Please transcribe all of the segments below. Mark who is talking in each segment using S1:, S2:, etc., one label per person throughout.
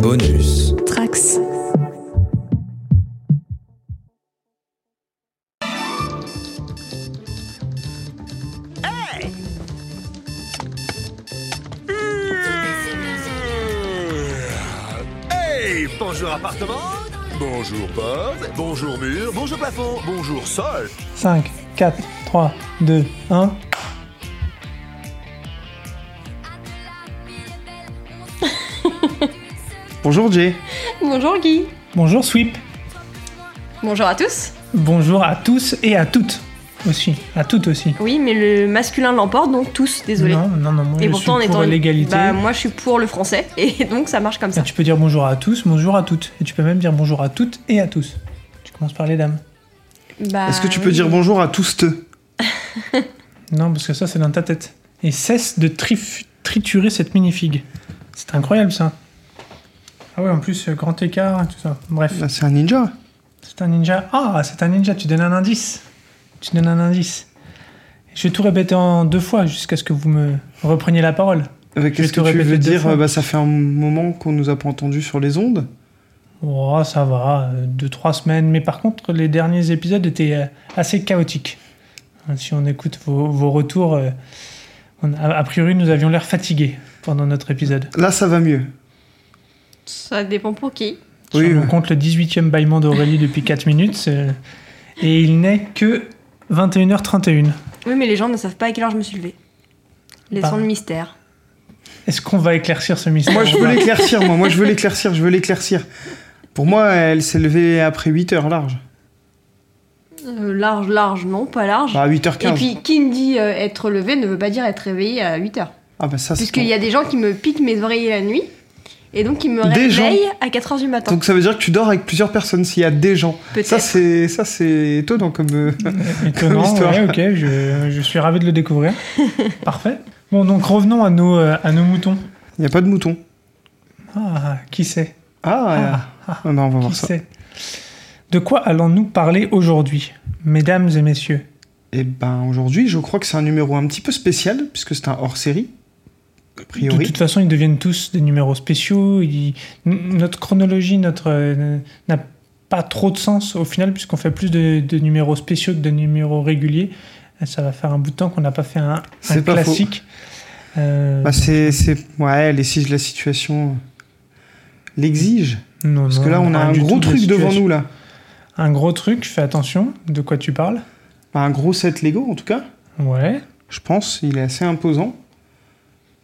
S1: Bonus.
S2: Trax.
S3: Mmh. Hey Bonjour appartement Bonjour porte, bonjour mur, bonjour plafond, bonjour sol
S4: 5, 4, 3, 2, 1.
S5: Bonjour Jay.
S2: Bonjour Guy.
S4: Bonjour Sweep.
S2: Bonjour à tous.
S4: Bonjour à tous et à toutes aussi. À toutes aussi.
S2: Oui, mais le masculin l'emporte, donc tous, désolé.
S4: Non, non, non, moi
S2: et
S4: je suis
S2: pourtant,
S4: pour
S2: en étant.
S4: l'égalité.
S2: Bah, moi, je suis pour le français, et donc ça marche comme
S4: Bah,
S2: ça.
S4: tu peux dire bonjour à tous, bonjour à toutes. Et tu peux même dire bonjour à toutes et à tous. Tu commences par les dames.
S2: Bah,
S5: Est-ce que tu peux
S2: oui.
S5: dire bonjour à tous te
S4: Non, parce que ça, c'est dans ta tête. Et cesse de trif- triturer cette minifig. C'est incroyable ça. Ah ouais, en plus, euh, grand écart, tout ça. Bref.
S5: Bah, C'est un ninja.
S4: C'est un ninja. Ah, c'est un ninja. Tu donnes un indice. Tu donnes un indice. Je vais tout répéter en deux fois jusqu'à ce que vous me repreniez la parole.
S5: Avec
S4: Je vais
S5: qu'est-ce
S4: te
S5: que tu
S4: répéter
S5: veux
S4: deux
S5: dire
S4: fois.
S5: euh, bah, Ça fait un moment qu'on nous a pas entendu sur les ondes.
S4: Oh, ça va, euh, deux, trois semaines. Mais par contre, les derniers épisodes étaient euh, assez chaotiques. Hein, Si on écoute vos, vos retours, euh, on- a, a priori, nous avions l'air fatigués pendant notre épisode.
S5: Là, ça va mieux.
S2: Ça dépend pour qui.
S4: Si
S5: Oui,
S4: on
S5: oui.
S4: compte le 18e bâillement d'Aurélie depuis 4 minutes. euh, et il n'est que 21h31.
S2: Oui, mais les gens ne savent pas à quelle heure je me suis levée. Laissons
S4: Bah.
S2: le mystère.
S4: Est-ce qu'on va éclaircir ce mystère
S5: Moi, je
S4: On
S5: veux
S4: va-
S5: l'éclaircir, moi. Moi, je veux l'éclaircir, je veux l'éclaircir. Pour moi, elle s'est levée après 8 heures large.
S2: Euh, large, large, non, pas large.
S5: Bah,
S2: et
S5: 8h15.
S2: puis, qui me dit euh, être levé ne veut pas dire être réveillé à 8h.
S5: ah, bah, ça, c'est
S2: Puisqu'il y a des gens qui me piquent mes oreillers la nuit, et donc ils me
S5: Des gens.
S2: réveillent à 4h du matin.
S5: Donc, ça veut dire que tu dors avec plusieurs personnes s'il y a des gens. Ça,
S2: Peut-être.
S5: c'est ça, c'est étonnant comme. euh,
S4: Étonnant,
S5: Comme histoire.
S4: ouais, ok, je, je suis ravi de le découvrir. Parfait. Bon, donc revenons à nos, euh, à nos moutons.
S5: Il n'y a pas de mouton.
S4: Ah, qui sait
S5: Ah,
S4: Ah,
S5: euh, bah, on va voir
S4: Qui
S5: ça.
S4: sait De quoi allons-nous parler aujourd'hui, mesdames et messieurs
S5: Et ben, aujourd'hui, je crois que c'est un numéro un petit peu spécial, puisque c'est un hors série. A
S4: De
S5: priori.
S4: toute façon, ils deviennent tous des numéros spéciaux. ils- n- Notre chronologie notre euh, n'a pas trop de sens au final, puisqu'on fait plus de, de numéros spéciaux que de numéros réguliers. Ça va faire un bout de temps qu'on n'a pas fait un, un
S5: C'est pas faux.
S4: classique. Euh,
S5: Bah, c'est, c'est. Ouais, les six- la situation l'exige.
S4: non,
S5: Parce
S4: non,
S5: que là, on a
S4: parle
S5: un
S4: du
S5: gros
S4: tout de
S5: truc devant
S4: situation.
S5: nous, là.
S4: Un gros truc, fais attention de quoi tu parles.
S5: Bah, un gros set Lego, en tout cas.
S4: Ouais.
S5: Je pense, il est assez imposant.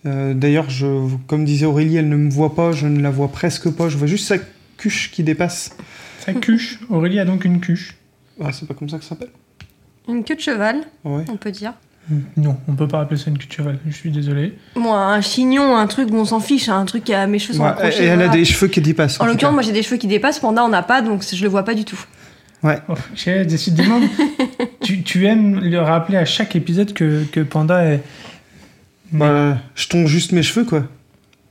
S5: Euh, D'ailleurs, je, comme disait Aurélie, elle ne me voit pas, je ne la vois presque pas, je vois juste sa cuche qui dépasse.
S4: Sa cuche. Aurélie a donc une cuche.
S5: Ah, c'est pas comme ça que ça s'appelle Ah
S2: Une queue de cheval,
S5: Ouais.
S2: on peut dire.
S4: Non, on peut pas appeler ça une cuche de cheval. Je suis désolé.
S2: Moi, un chignon, un truc, on s'en fiche, hein, un truc à mes cheveux sont
S5: Ouais,
S2: accrochés,
S5: et elle a
S2: voilà.
S5: des cheveux qui dépassent.
S2: En
S5: tout
S2: l'occurrence,
S5: cas.
S2: moi j'ai des cheveux qui dépassent, Panda on a pas, donc je le vois pas du tout.
S4: Oh, j'ai- décidément, tu, tu aimes le rappeler à chaque épisode que, que Panda est.
S5: Bah, je tombe juste mes cheveux, quoi.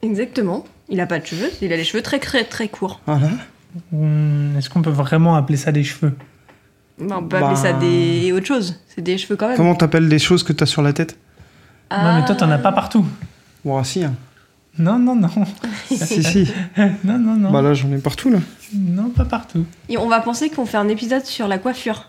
S2: Exactement. Il a pas de cheveux, il a les cheveux très très très courts.
S5: Voilà.
S4: Hmm, Est-ce qu'on peut vraiment appeler ça des cheveux
S2: Bah, on peut
S5: Bah.
S2: appeler ça des autre chose. C'est des cheveux quand même.
S5: Comment t'appelles les choses que t'as sur la tête
S2: Ah.
S4: Non, mais toi, t'en as pas partout.
S5: Bon, ah, si, hein. Ah,
S4: Non, non, non.
S5: si, si.
S4: Non, non, non.
S5: Bah là, j'en ai partout, là.
S4: Non, pas partout.
S2: Et on va penser qu'on fait un épisode sur la coiffure.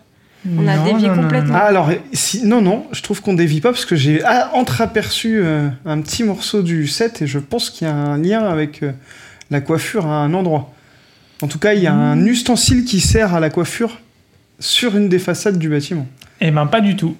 S2: On a
S4: Non,
S2: dévié
S4: non, non,
S2: complètement.
S4: non,
S5: Ah, alors, si... non, non, je trouve qu'on dévie pas parce que j'ai ah, entreaperçu euh, un petit morceau du set et je pense qu'il y a un lien avec euh, la coiffure à un endroit. En tout cas, il y a
S4: Hmm.
S5: un ustensile qui sert à la coiffure sur une des façades du bâtiment.
S4: non. Eh ben, pas du tout.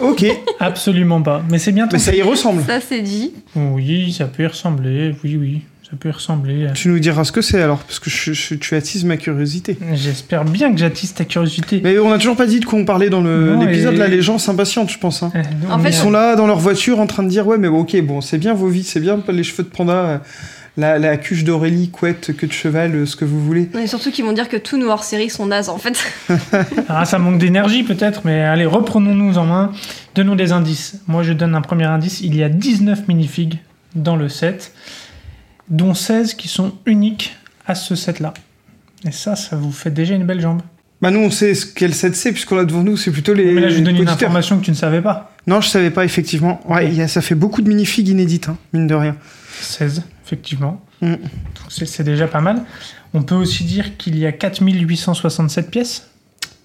S5: Ok,
S4: Absolument pas. Mais c'est bien
S5: mais
S4: ton.
S5: ça y ressemble.
S2: Ça c'est dit.
S4: Oui, ça peut y ressembler. Oui, oui. Ça peut y ressembler.
S5: Tu nous diras ce que c'est alors, parce que je- je- tu attises ma curiosité.
S4: J'espère bien que j'attise ta curiosité.
S5: Mais on n'a toujours pas dit de quoi on parlait dans le-
S4: Non,
S5: l'épisode,
S4: et-
S5: là, les gens s'impatientent, je pense. hein.
S4: Euh,
S2: En
S4: on
S2: fait,
S4: est-
S5: Ils sont là dans leur voiture en train de dire ouais mais bon, ok bon c'est bien vos vies c'est bien les cheveux de panda euh, la, la cuche d'Aurélie couette queue de cheval euh, ce que vous voulez
S2: Mais surtout qu'ils vont dire que tous nos hors-séries sont nazes en fait.
S4: Ah, ça manque d'énergie peut-être, mais allez, reprenons-nous en main. Donnons des indices. Moi, je donne un premier indice. Il y a 19 minifigs dans le set, dont 16 qui sont uniques à ce set-là. Et ça, ça vous fait déjà une belle jambe.
S5: bah nous on sait ce quel set c'est puisqu'on a devant nous c'est plutôt les
S4: Mais là, je donne une
S5: auditeurs.
S4: information que tu ne savais pas.
S5: non je savais pas effectivement ouais
S4: Ok.
S5: il y a- ça fait beaucoup de minifigs inédites hein, mine de rien
S4: 16. effectivement.
S5: Mm.
S4: Donc c'est- C'est déjà pas mal. On peut aussi dire qu'il y a 4867 pièces.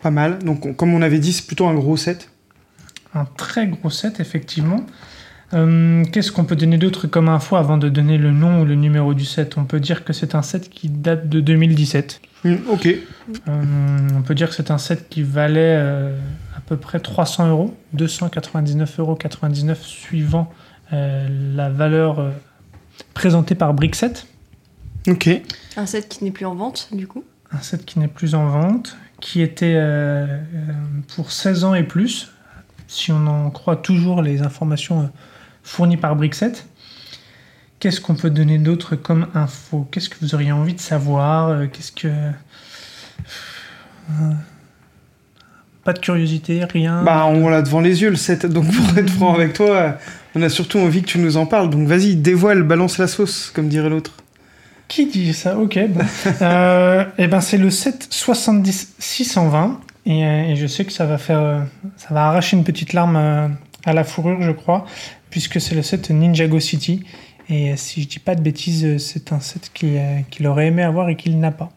S5: Pas mal. Donc, on- comme on avait dit, c'est plutôt un gros set.
S4: Un très gros set, effectivement. Euh, Qu'est-ce qu'on peut donner d'autre comme info avant de donner le nom ou le numéro du set On peut dire que c'est un set qui date de 2017.
S5: Hmm, ok.
S4: Euh, on peut dire que c'est un set qui valait euh, à peu près 300 euros, 299,99 euros suivant euh, la valeur euh, présentée par Brickset.
S5: Ok.
S2: Un set qui n'est plus en vente, du coup.
S4: un set qui n'est plus en vente, qui était euh, euh, pour 16 ans et plus, si on en croit toujours les informations euh, fournies par Brickset. Qu'est-ce qu'on peut donner d'autre comme info Qu'est-ce que vous auriez envie de savoir Euh, Qu'est-ce que... Euh, Pas de curiosité, rien.
S5: Bah, on l'a devant les yeux, le set. Donc,
S4: Hmm.
S5: pour être franc avec toi, euh, on a surtout envie que tu nous en parles. Donc, vas-y, dévoile, balance la sauce, comme dirait l'autre.
S4: Qui dit ça Ok, bon. Euh, eh ben, c'est le 7 70 620. Et, euh, et je sais que ça va faire. euh, ça va arracher une petite larme euh, à la fourrure, je crois, puisque c'est le set Ninjago City. Et euh, si je dis pas de bêtises, euh, c'est un set qu'il euh, qu'il aurait aimé avoir et qu'il n'a pas.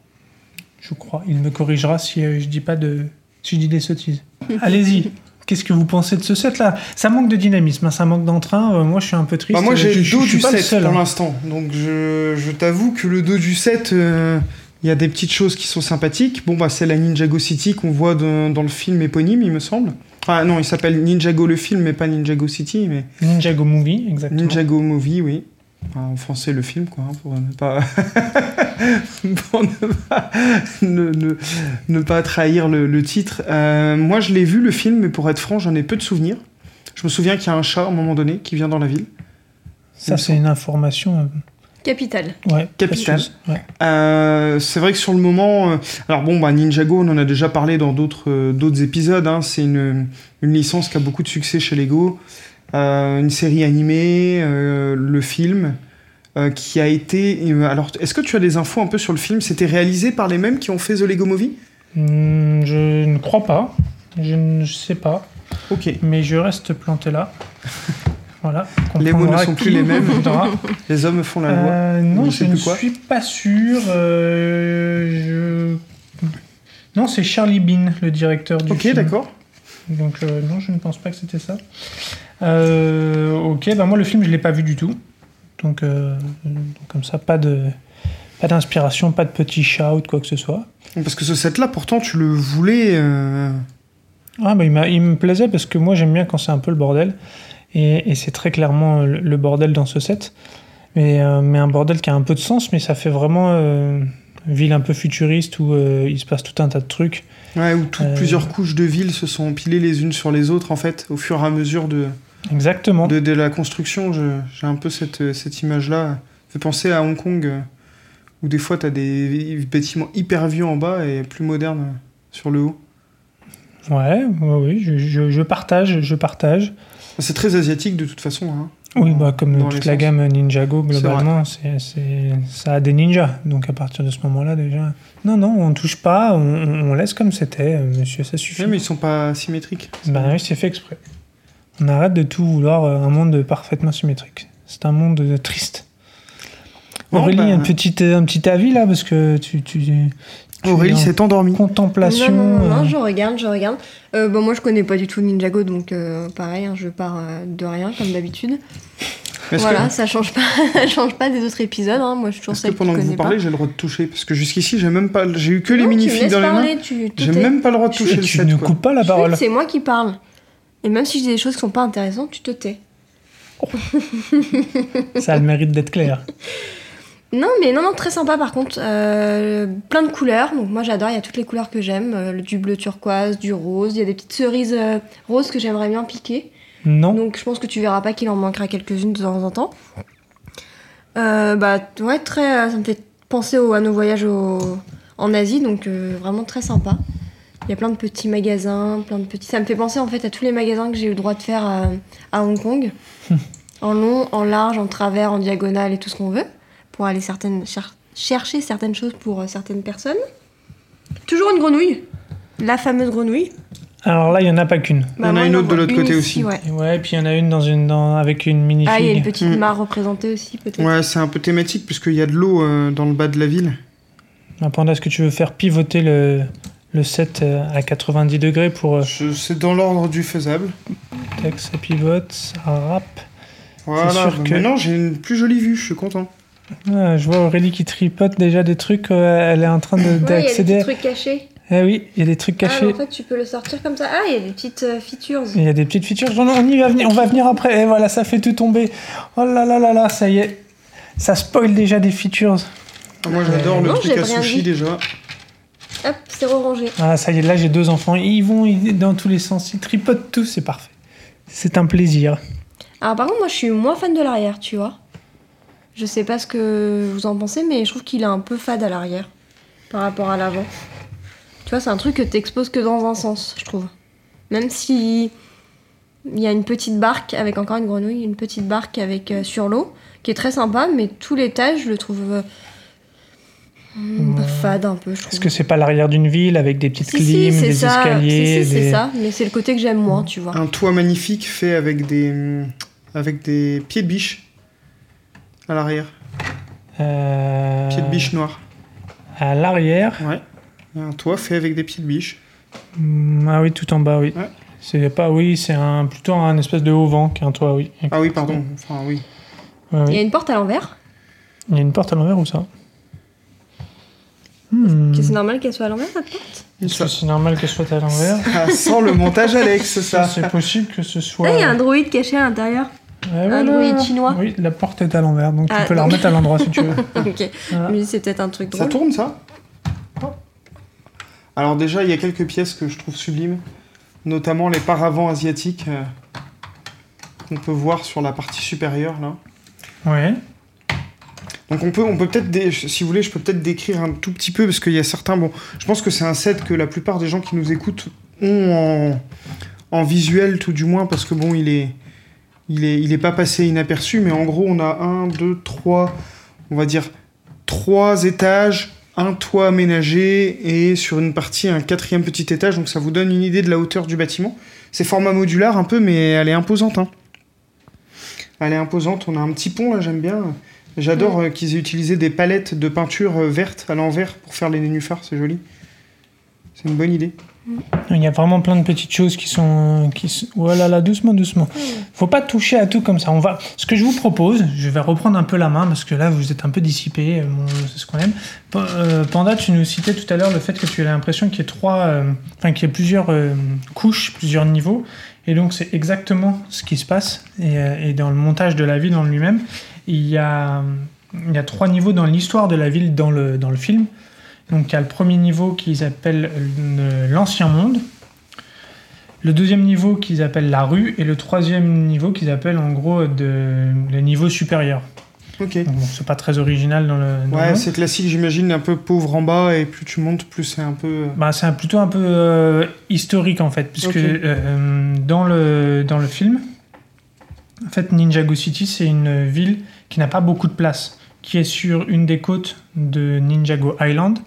S4: Je crois. Il me corrigera si euh, je dis pas de. si je dis des sottises. Allez-y. Qu'est-ce que vous pensez de ce set-là Ça manque de dynamisme, hein, ça manque d'entrain. Euh, moi, je suis un peu triste.
S5: Bah, moi,
S4: Euh,
S5: j'ai
S4: je-
S5: le
S4: je-
S5: dos
S4: je suis
S5: du
S4: pas le
S5: set
S4: seul,
S5: pour
S4: hein.
S5: l'instant. Donc, je, je t'avoue que le dos du set, euh, il y a des petites choses qui sont sympathiques. Bon, bah, c'est la Ninjago City qu'on voit dans, dans le film éponyme, il me semble. Ah non, il s'appelle Ninjago le film, mais pas Ninjago City, mais
S4: Ninjago Movie, exactement.
S5: Ninjago Movie, oui. Enfin, En français, le film, quoi, hein, pour ne pas. pour ne pas, ne, ne- ne pas trahir le, le titre. Euh, moi, je l'ai vu, le film, mais pour être franc, j'en ai peu de souvenirs. Je me souviens qu'il y a un chat, à un moment donné, qui vient dans la ville.
S4: Ça, c'est une information
S2: Capital.
S4: euh, ouais,
S5: Capitale.
S4: précieuse, ouais.
S5: Euh, c'est vrai que sur le moment, euh, alors bon, bah, Ninjago, on en a déjà parlé dans d'autres euh, d'autres épisodes. hein. c'est une, une licence qui a beaucoup de succès chez Lego, Euh, une série animée, euh, le film euh, qui a été. euh, alors, est-ce que tu as des infos un peu sur le film C'était réalisé par les mêmes qui ont fait The Lego Movie
S4: Hmm, je ne crois pas. Je ne sais pas.
S5: Ok.
S4: Mais je reste planté là. Voilà.
S5: Les mots ne
S4: Comprendra
S5: sont
S4: qui
S5: plus les mêmes.
S4: voudra.
S5: Les hommes font la loi.
S4: Euh,
S5: Je
S4: non, je
S5: sais
S4: ne
S5: plus quoi.
S4: suis pas sûr. euh, je- Non, c'est Charlie Bean, le directeur du
S5: Ok,
S4: film.
S5: d'accord.
S4: Donc euh, non, je ne pense pas que c'était ça. Euh, ok, bah moi le film je l'ai pas vu du tout. Donc, euh, donc comme ça, pas de pas d'inspiration, pas de petit chat ou de quoi que ce soit.
S5: Parce que ce set-là, pourtant, tu le voulais. euh,
S4: Ah bah il, m'a- il me plaisait parce que moi j'aime bien quand c'est un peu le bordel. Et, et c'est très clairement le, le bordel dans ce set. Mais, euh, mais un bordel qui a un peu de sens, mais ça fait vraiment euh, ville un peu futuriste où euh, il se passe tout un tas de trucs.
S5: Ouais, où toutes
S4: Euh.
S5: plusieurs couches de villes se sont empilées les unes sur les autres, en fait, au fur et à mesure de.
S4: Exactement.
S5: de, de la construction, je- j'ai un peu cette, euh, cette image-là. Ça fait penser à Hong Kong, euh, où des fois, tu as des bâtiments hyper vieux en bas et plus modernes euh, sur le haut.
S4: Ouais, ouais, oui, je- je- je partage, je partage.
S5: C'est très asiatique, de toute façon. hein.
S4: Oui,
S5: Dans-
S4: bah, comme
S5: dans
S4: toute
S5: les
S4: la
S5: sens.
S4: gamme Ninjago,
S5: C'est vrai.
S4: globalement, c'est c'est- ça a des ninjas. Donc à partir de ce moment-là, déjà. Non, non, on touche pas, on, on laisse comme c'était, euh, monsieur, ça suffit.
S5: Ouais, mais ils sont pas symétriques.
S4: Ben oui, c'est fait exprès. On arrête de tout vouloir euh, un monde parfaitement symétrique. C'est un monde euh, triste.
S5: Bon,
S4: Aurélie,
S5: ben-
S4: un, petit, euh, un petit avis là, parce que tu. tu, tu es
S5: Aurélie
S4: en
S5: s'est endormie.
S4: Contemplation.
S2: non, non, non, non,
S4: euh,
S2: je regarde, je regarde. Euh, bon, moi, je connais pas du tout Ninjago, donc euh, pareil, hein, je pars euh, de rien, comme d'habitude.
S5: Est-ce
S2: Voilà,
S5: que,
S2: ça change pas, ça change pas des autres épisodes. hein. Moi, je suis toujours
S5: est-ce que
S2: celle qui
S5: pendant que
S2: connaît
S5: vous parlez, j'ai le droit de toucher Parce que jusqu'ici, j'ai même pas, j'ai eu que
S2: pas.
S5: les
S2: Non, tu me
S5: minifigs
S2: laisses
S5: dans les mains.
S2: parler, tu- tout
S5: J'ai
S2: est-
S5: même pas le droit de toucher
S4: tu
S5: le
S4: tu
S5: set.
S4: ne
S5: quoi.
S4: coupes pas la
S2: Chut,
S4: parole.
S2: C'est moi qui parle. Et même si je dis des choses qui sont pas intéressantes, tu te tais.
S4: Ça a le mérite d'être clair.
S2: Non, mais non, non, très sympa par contre. Euh, plein de couleurs. Donc moi j'adore, il y a toutes les couleurs que j'aime. Euh, du bleu turquoise, du rose. Il y a des petites cerises euh, roses que j'aimerais bien piquer.
S5: Oh.
S4: Non.
S2: Donc je pense que tu verras pas qu'il en manquera quelques-unes de temps en temps. Euh, bah t- ouais, très, euh, ça me fait penser au- à nos voyages au- en Asie, donc euh, vraiment très sympa. Il y a plein de petits magasins, plein de petits. Ça me fait penser en fait à tous les magasins que j'ai eu le droit de faire euh, à Hong Kong, en long, en large, en travers, en diagonale et tout ce qu'on veut, pour aller certaines cher- chercher certaines choses pour euh, certaines personnes. Toujours une grenouille, la fameuse grenouille.
S4: Alors là, il n'y en a pas qu'une.
S5: y en a
S2: moi,
S5: une
S2: j'en
S5: autre de
S2: vois
S5: l'autre
S2: une
S5: côté aussi.
S2: ici, ouais.
S4: Et Ouais, puis il y en a une dans une dans, avec une minifig.
S2: Ah, il y a une petite
S5: Mm.
S2: mare représentée aussi, peut-être.
S5: Ouais, c'est un peu thématique puisqu'il y a de l'eau euh, dans le bas de la ville.
S4: Ah, Panda, est-ce que tu veux faire pivoter le, le set euh, à 90 degrés pour euh,
S5: Je- C'est dans l'ordre du faisable.
S4: tac, ça pivote, ça rappe
S5: Voilà.
S4: sûr que-
S5: Maintenant, j'ai une plus jolie vue, je suis content.
S4: Ah, Je vois Aurélie qui tripote déjà des trucs, euh, elle est en train de-
S2: Ouais, il y a des
S4: d'accéder.
S2: petits trucs cachés.
S4: eh oui, il y a des trucs
S2: Ah, mais
S4: cachés. Mm.
S2: en fait, tu peux le sortir comme ça. Ah, il y a des petites euh, features.
S4: Il y a des petites features. J'en- On y va venir, on va venir après. Et voilà, ça fait tout tomber. Oh là là là là, ça y est. Ça spoil déjà des features.
S5: Ah, Moi, j'adore le
S2: non,
S5: truc
S2: j'ai
S5: à
S2: rien
S5: sushi
S2: dit.
S5: déjà.
S2: Hop, c'est rangé.
S4: Ah, ça y est, là j'ai deux enfants. Ils vont ils- dans tous les sens. Ils tripotent tous, c'est parfait. C'est un plaisir.
S2: Alors par contre, moi je suis moins fan de l'arrière, tu vois. Je sais pas ce que vous en pensez, mais je trouve qu'il est un peu fade à l'arrière par rapport à l'avant. Tu vois, c'est un truc que t'exposes que dans un sens, je trouve. Même si il y a une petite barque avec encore une grenouille, une petite barque avec euh, sur l'eau, qui est très sympa, mais tout l'étage, je le trouve euh, hmm,
S4: Ouais.
S2: fade un peu, je
S4: Parce
S2: trouve.
S4: que c'est pas l'arrière d'une ville avec des petites
S2: Si, si,
S4: climes,
S2: c'est
S4: des
S2: ça,
S4: escaliers. Ah,
S2: si, si, c'est
S4: des-
S2: ça, mais c'est le côté que j'aime moins, tu vois.
S5: Un toit magnifique fait avec des hum, avec des pieds de biche à l'arrière.
S4: Euh,
S5: Pieds de biche noirs.
S4: À l'arrière.
S5: Ouais. Il y a un toit fait avec des pieds de biche.
S4: Hmm, Ah oui, tout en bas, oui.
S5: Ouais.
S4: C'est pas, oui, c'est un, plutôt un espèce de haut vent qu'un toit, oui.
S5: Ah oui, pardon. Enfin, oui.
S4: Ouais, oui.
S2: Il y a une porte à l'envers,
S4: Il y a une porte à l'envers ou ça
S2: que
S4: Hmm.
S2: c'est normal qu'elle soit à l'envers, cette porte
S4: Est-ce que c'est normal qu'elle soit à l'envers
S5: Ah, sans le montage Alex, ça.
S4: C'est possible que ce soit.
S2: Ah, il y a un droïde caché à l'intérieur.
S4: Ouais,
S2: un droïde chinois.
S4: Oui, la porte est à l'envers, donc
S2: Ah,
S4: tu peux la
S2: donc-
S4: remettre à l'endroit si tu veux.
S2: ok.
S4: Voilà.
S2: Je me dis, c'est peut-être un truc
S5: Ça
S2: drôle.
S5: tourne ça Alors déjà, il y a quelques pièces que je trouve sublimes, notamment les paravents asiatiques euh, qu'on peut voir sur la partie supérieure là.
S4: Ouais.
S5: Donc on peut, on peut peut-être, dé- si vous voulez, je peux peut-être décrire un tout petit peu parce qu'il y a certains. Bon, je pense que c'est un set que la plupart des gens qui nous écoutent ont en, en visuel tout du moins parce que bon, il est, il est, il est pas passé inaperçu, mais en gros, on a un, deux, trois, on va dire trois étages, un toit aménagé et sur une partie un quatrième petit étage. Donc ça vous donne une idée de la hauteur du bâtiment. C'est format modulaire un peu, mais elle est imposante. hein. Elle est imposante. On a un petit pont là, j'aime bien. J'adore euh, qu'ils aient utilisé des palettes de peinture euh, verte à l'envers pour faire les nénuphars, c'est joli. C'est une bonne idée.
S4: Il y a vraiment plein de petites choses qui sont. euh, Qui... s- Oh là là, doucement, doucement. Faut pas toucher à tout comme ça. On va... Ce que je vous propose, je vais reprendre un peu la main parce que là, vous êtes un peu dissipé, euh, bon, c'est ce qu'on aime. P- euh, Panda, tu nous citais tout à l'heure le fait que tu as l'impression qu'il y ait trois. euh, Enfin, qu'il y ait plusieurs euh, couches, plusieurs niveaux. Et donc, c'est exactement ce qui se passe. Et, euh, et dans le montage de la ville en lui-même, il y a. Il y a trois niveaux dans l'histoire de la ville dans le, dans le film. Donc il y a le premier niveau qu'ils appellent euh, l'ancien monde, le deuxième niveau qu'ils appellent la rue, et le troisième niveau qu'ils appellent en gros de, le niveau supérieur.
S5: Ok.
S4: Donc, bon, c'est pas très original dans le. dans le
S5: Ouais,
S4: nom.
S5: c'est classique, j'imagine, un peu pauvre en bas, et plus tu montes, plus c'est un peu.
S4: Bah, c'est un- plutôt un peu euh, historique en fait, puisque
S5: Ok.
S4: euh, dans, le, dans le film, en fait, Ninjago City, c'est une ville qui n'a pas beaucoup de place, qui est sur une des côtes de Ninjago Island.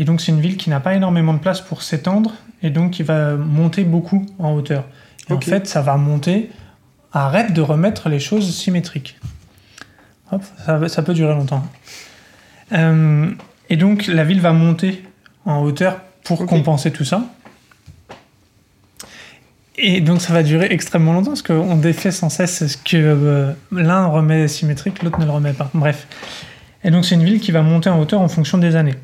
S4: Et donc, c'est une ville qui n'a pas énormément de place pour s'étendre, et donc qui va monter beaucoup en hauteur. Et
S5: Ok.
S4: en fait, ça va monter. Arrête de remettre les choses symétriques. Hop, ça, va- ça peut durer longtemps. Euh, et donc, la ville va monter en hauteur pour
S5: Ok.
S4: compenser tout ça. Et donc, ça va durer extrêmement longtemps parce qu'on défait sans cesse ce que euh, l'un remet symétrique, l'autre ne le remet pas. Bref. Et donc, c'est une ville qui va monter en hauteur en fonction des années.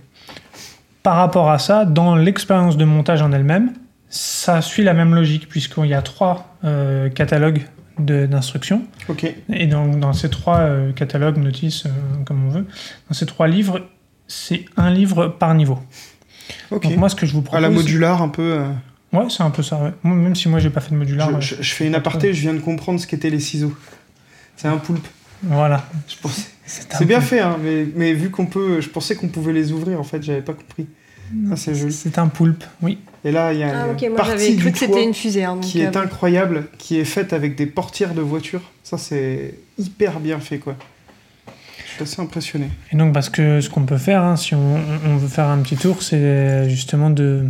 S4: Par rapport à ça, dans l'expérience de montage en elle-même, ça suit la même logique, puisqu'il y a trois euh, catalogues de- d'instructions.
S5: euh, Ok.
S4: Et dans, dans ces trois euh, catalogues, notices, euh, comme on veut, dans ces trois livres, c'est un livre par niveau.
S5: Ok.
S4: Donc moi, ce que je vous propose...
S5: à la modular, un peu. euh,
S4: Ouais, c'est un peu ça. ouais. Moi, même si moi, j'ai pas fait de modular. ouais.
S5: je, je- je fais une aparté, je viens de comprendre ce qu'étaient les ciseaux. C'est un poulpe.
S4: Voilà.
S5: Je pensais-
S4: un
S5: C'est bien
S4: poulpe.
S5: fait, hein, mais, mais vu qu'on peut. Je pensais qu'on pouvait les ouvrir, en fait, j'avais pas compris. Ah, c'est joli.
S4: C'est un poulpe, oui.
S5: Et là, il y a
S2: Ah, ok,
S5: une
S2: moi j'avais
S5: partie
S2: cru
S5: du
S2: que
S5: toit-
S2: c'était une fusée. hein, donc,
S5: qui est
S2: euh,
S5: incroyable, qui est faite avec des portières de voiture. Ça, c'est hyper bien fait, quoi. Je suis assez impressionné.
S4: Et donc, parce que ce qu'on peut faire, hein, si on, on veut faire un petit tour, c'est justement de,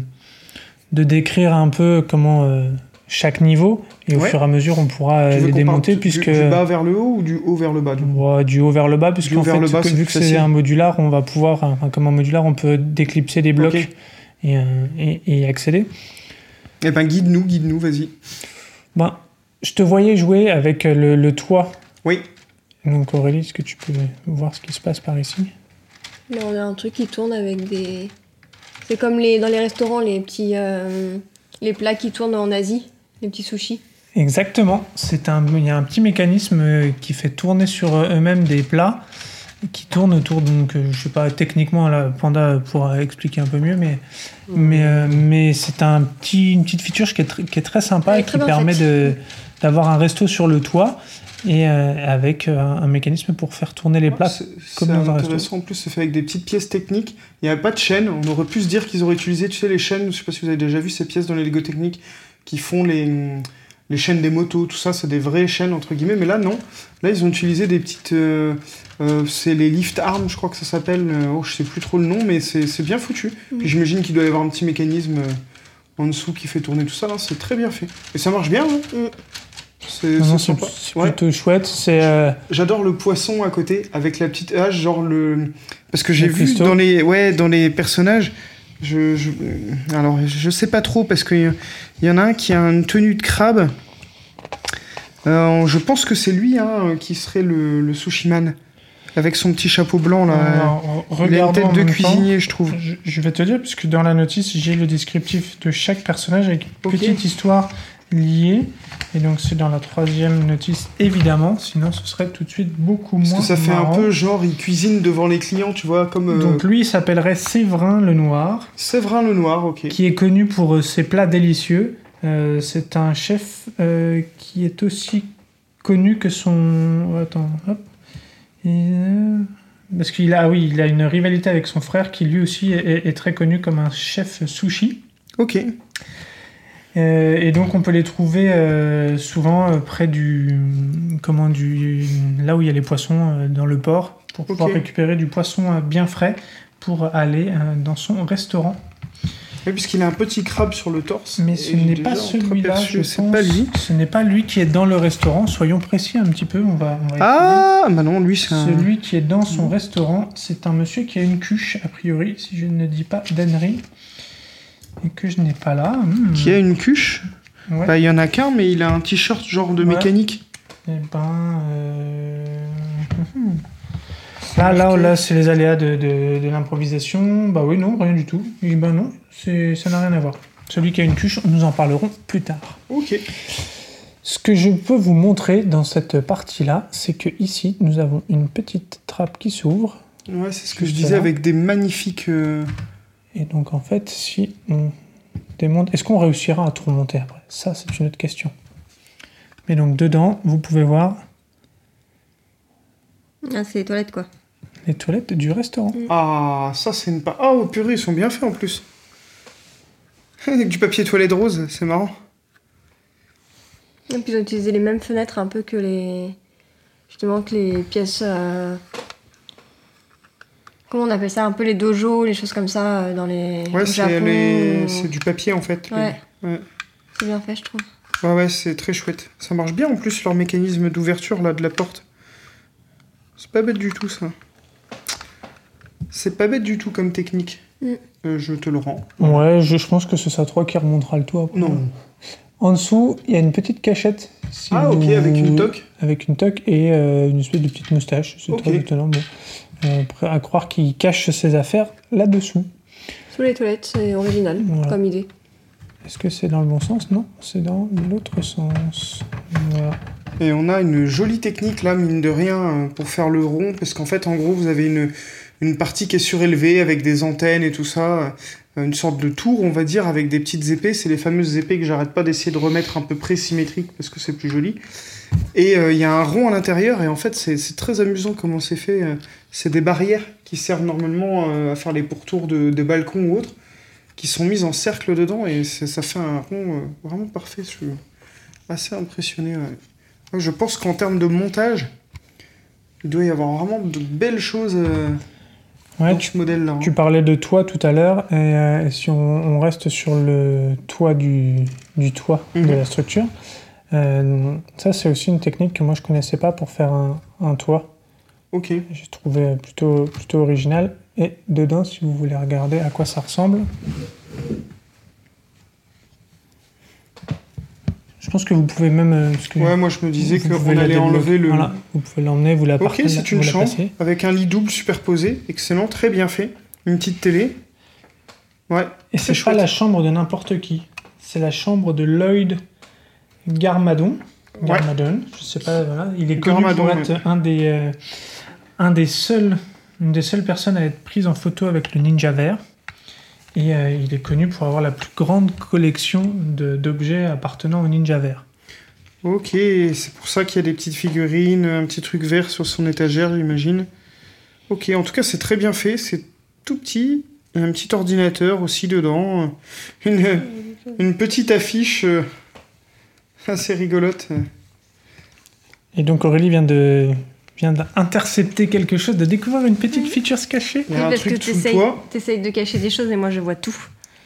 S4: de décrire un peu comment euh, chaque niveau, et au
S5: Ouais.
S4: fur et à mesure, on pourra euh,
S5: Tu veux
S4: les
S5: qu'on
S4: démonter,
S5: parte du-
S4: puisque.
S5: Du, bas vers le haut ou du haut vers le bas du coup
S4: Ouais, du haut vers le bas, puisque
S5: Du haut vers
S4: fait,
S5: le bas,
S4: que-
S5: c'est
S4: vu
S5: plus
S4: que c'est
S5: facile.
S4: un modular, on va pouvoir, hein, enfin, comme un modular, on peut déclipser des blocs
S5: Ok.
S4: et, euh, et, et y accéder.
S5: Eh ben, guide-nous, guide-nous, vas-y.
S4: Ben, je te voyais jouer avec euh, le, le toit.
S5: Oui.
S4: Donc Aurélie, est-ce que tu peux voir ce qui se passe par ici
S2: Mais on a un truc qui tourne avec des. C'est comme les, dans les restaurants, les petits. euh, les plats qui tournent en Asie, les petits sushis.
S4: Exactement. C'est un, il y a un petit mécanisme euh, qui fait tourner sur euh, eux-mêmes des plats qui tournent autour. Donc, euh, je sais pas techniquement là, Panda pourra expliquer un peu mieux, mais
S2: Mm.
S4: mais euh, mais c'est un petit une petite feature qui est, tr- qui est très sympa
S2: Elle est
S4: et
S2: très
S4: qui
S2: bien
S4: permet
S2: faite.
S4: de d'avoir un resto sur le toit et euh, avec euh, un mécanisme pour faire tourner les plats.
S5: C'est
S4: comme
S5: c'est
S4: dans un resto.
S5: intéressant. En plus, c'est fait avec des petites pièces techniques. Il n'y avait pas de chaîne. On aurait pu se dire qu'ils auraient utilisé, tu sais, les chaînes. Je sais pas si vous avez déjà vu ces pièces dans les Lego Techniques qui font les, les chaînes des motos, tout ça. C'est des vraies chaînes, entre guillemets. Mais là, non. Là, ils ont utilisé des petites. euh, euh, c'est les lift arms, je crois que ça s'appelle. Euh, Oh, je sais plus trop le nom, mais c'est c'est bien foutu. Puis j'imagine qu'il doit y avoir un petit mécanisme euh, en dessous qui fait tourner tout ça. là. C'est très bien fait. Et ça marche bien, hein
S2: Mm.
S5: C'est
S4: Non, non,
S5: c'est
S4: C'est
S5: sympa.
S4: c'est
S5: Ouais.
S4: plutôt chouette. C'est euh,
S5: J'adore le poisson à côté avec la petite hache, genre le parce que j'ai
S4: Le
S5: vu
S4: cristaux.
S5: dans les ouais dans les personnages. Je, je- alors je sais pas trop parce que il y en a un qui a une tenue de crabe. Euh, je pense que c'est lui hein, qui serait le, le sushi man avec son petit chapeau blanc là.
S4: alors,
S5: il a une
S4: regardons Euh, en
S5: tête de
S4: même temps.
S5: cuisinier, je trouve.
S4: Je, je vais te dire, puisque dans la notice, j'ai le descriptif de chaque personnage avec une
S5: Ok.
S4: petite histoire liée. Et donc, c'est dans la troisième notice, évidemment. Sinon, ce serait tout de suite beaucoup
S5: Parce
S4: moins.
S5: que ça fait
S4: marrant.
S5: un peu genre il cuisine devant les clients, tu vois, comme euh,
S4: Donc, lui, il s'appellerait Séverin le Noir,
S5: Séverin le Noir, ok.
S4: qui est connu pour euh, ses plats délicieux. Euh, c'est un chef euh, qui est aussi connu que son. euh, Attends, hop. Et, euh, Parce qu'il a, ah oui, il a une rivalité avec son frère qui lui aussi est- est- est très connu comme un chef sushi.
S5: Ok.
S4: Euh, et donc on peut les trouver euh, souvent euh, près du comment du là où il y a les poissons euh, dans le port pour pouvoir
S5: Ok.
S4: récupérer du poisson euh, bien frais pour aller euh, dans son restaurant.
S5: Oui, puisqu'il a un petit crabe sur le torse.
S4: Mais
S5: Et
S4: ce
S5: j'ai
S4: n'est
S5: déjà
S4: pas celui-là,
S5: entreaperçu,
S4: je
S5: C'est
S4: pense.
S5: pas lui.
S4: Ce n'est pas lui qui est dans le restaurant. Soyons précis un petit peu. On va. on va
S5: Ah, Mm. bah non, lui c'est
S4: essayer.
S5: un.
S4: Celui qui est dans son restaurant, c'est un monsieur qui a une cuche a priori, si je ne dis pas d'ânerie, et que je n'ai pas là. Hmm.
S5: Qui a une cuche
S4: Ouais.
S5: Bah, il y en a qu'un, mais il a un t-shirt genre de
S4: Ouais.
S5: mécanique.
S4: Eh ben. euh, hum. Là, là, là c'est les aléas de, de- de l'improvisation. Bah oui, non, rien du tout. Eh ben non, c'est- ça n'a rien à voir. Celui qui a une cuche, nous en parlerons plus tard.
S5: Ok.
S4: Ce que je peux vous montrer dans cette partie-là, c'est que ici, nous avons une petite trappe qui s'ouvre.
S5: Ouais, c'est ce que je
S4: Juste
S5: disais
S4: là.
S5: avec des magnifiques. euh,
S4: Et donc, en fait, si on démonte. Est-ce qu'on réussira à tout remonter après Ça, c'est une autre question. Mais donc, dedans, vous pouvez voir
S2: Ah, c'est les toilettes quoi.
S4: les toilettes du restaurant.
S5: Ah, ça c'est une pas. Oh purée, ils sont bien faits en plus. Avec du papier toilette rose, c'est marrant.
S2: Et puis ils ont utilisé les mêmes fenêtres un peu que les. Justement, que les pièces. euh, Comment on appelle ça Un peu les dojos, les choses comme ça euh, dans les. au
S5: Ouais, c'est
S2: Japon,
S5: les-
S2: ou-
S5: c'est du papier en fait. les-
S2: Ouais.
S5: Ouais.
S2: C'est bien fait, je trouve.
S5: Ouais, ouais, c'est très chouette. Ça marche bien en plus leur mécanisme d'ouverture là de la porte. C'est pas bête du tout ça. C'est pas bête du tout comme technique.
S2: Mm.
S5: Euh, je te le rends.
S4: Ouais, je, je pense que ce sera toi qui remontera le toit. après.
S5: Non.
S4: En dessous, il y a une petite cachette. si
S5: Ah ok,
S4: vous-
S5: avec une toque.
S4: Avec une toque et euh, une espèce de petite moustache. C'est
S5: Ok.
S4: très étonnant. Bon. Euh, après, à croire qu'il cache ses affaires là-dessous.
S2: Sous les toilettes, c'est original
S4: Voilà.
S2: comme idée.
S4: Est-ce que c'est dans le bon sens Non, c'est dans l'autre sens. Voilà.
S5: Et on a une jolie technique là, mine de rien, euh, pour faire le rond, parce qu'en fait, en gros, vous avez une, une partie qui est surélevée avec des antennes et tout ça, euh, une sorte de tour, on va dire, avec des petites épées. C'est les fameuses épées que j'arrête pas d'essayer de remettre un peu près symétriques parce que c'est plus joli. Et euh, il y a un rond à l'intérieur, et en fait, c'est c'est très amusant comment c'est fait. euh, C'est des barrières qui servent normalement euh, à faire les pourtours de, des balcons ou autres, qui sont mises en cercle dedans, et c'est- ça fait un rond euh, vraiment parfait. Je suis assez impressionné. ouais. Ouais, Je pense qu'en termes de montage, il doit y avoir vraiment de belles choses. euh,
S4: Ouais,
S5: dans
S4: tu,
S5: ce modèle-là. hein.
S4: tu parlais de toit tout à l'heure, et, euh, et si on, on reste sur le toit du, du toit
S5: Mhm.
S4: de la structure, euh, ça c'est aussi une technique que moi je connaissais pas pour faire un, un toit.
S5: Ok.
S4: J'ai trouvé plutôt, plutôt original. Et dedans, si vous voulez regarder à quoi ça ressemble, je pense que vous pouvez même. euh, parce que
S5: Ouais, moi je me disais
S4: vous pouvez
S5: qu'on
S4: la
S5: allait
S4: débloquer.
S5: enlever le.
S4: Voilà, vous pouvez l'emmener, vous la
S5: Ok,
S4: partez-
S5: c'est une
S4: vous la
S5: chambre
S4: passez.
S5: avec un lit double superposé. Excellent, très bien fait. Une petite télé. Ouais.
S4: Et
S5: C'est
S4: c'est pas
S5: chouette.
S4: la chambre de n'importe qui. C'est la chambre de Lloyd Garmadon.
S5: Ouais.
S4: Garmadon, je sais pas, voilà. Il est connu
S5: Garmadon,
S4: pour être un des, euh, un des seuls, une des seules personnes à être prise en photo avec le ninja vert. Et euh, il est connu pour avoir la plus grande collection de- d'objets appartenant au ninja vert.
S5: Ok, c'est pour ça qu'il y a des petites figurines, un petit truc vert sur son étagère, j'imagine. Ok, en tout cas, c'est très bien fait, c'est tout petit. Il y a un petit ordinateur aussi dedans. euh, Une, euh, une petite affiche euh, assez rigolote.
S4: Et donc Aurélie vient de vient d'intercepter quelque chose, de découvrir une petite feature cachée.
S5: Il y a un
S2: parce que
S5: truc sous le
S2: t'essayes,
S5: toit.
S2: t'essayes de cacher des choses et moi je vois tout.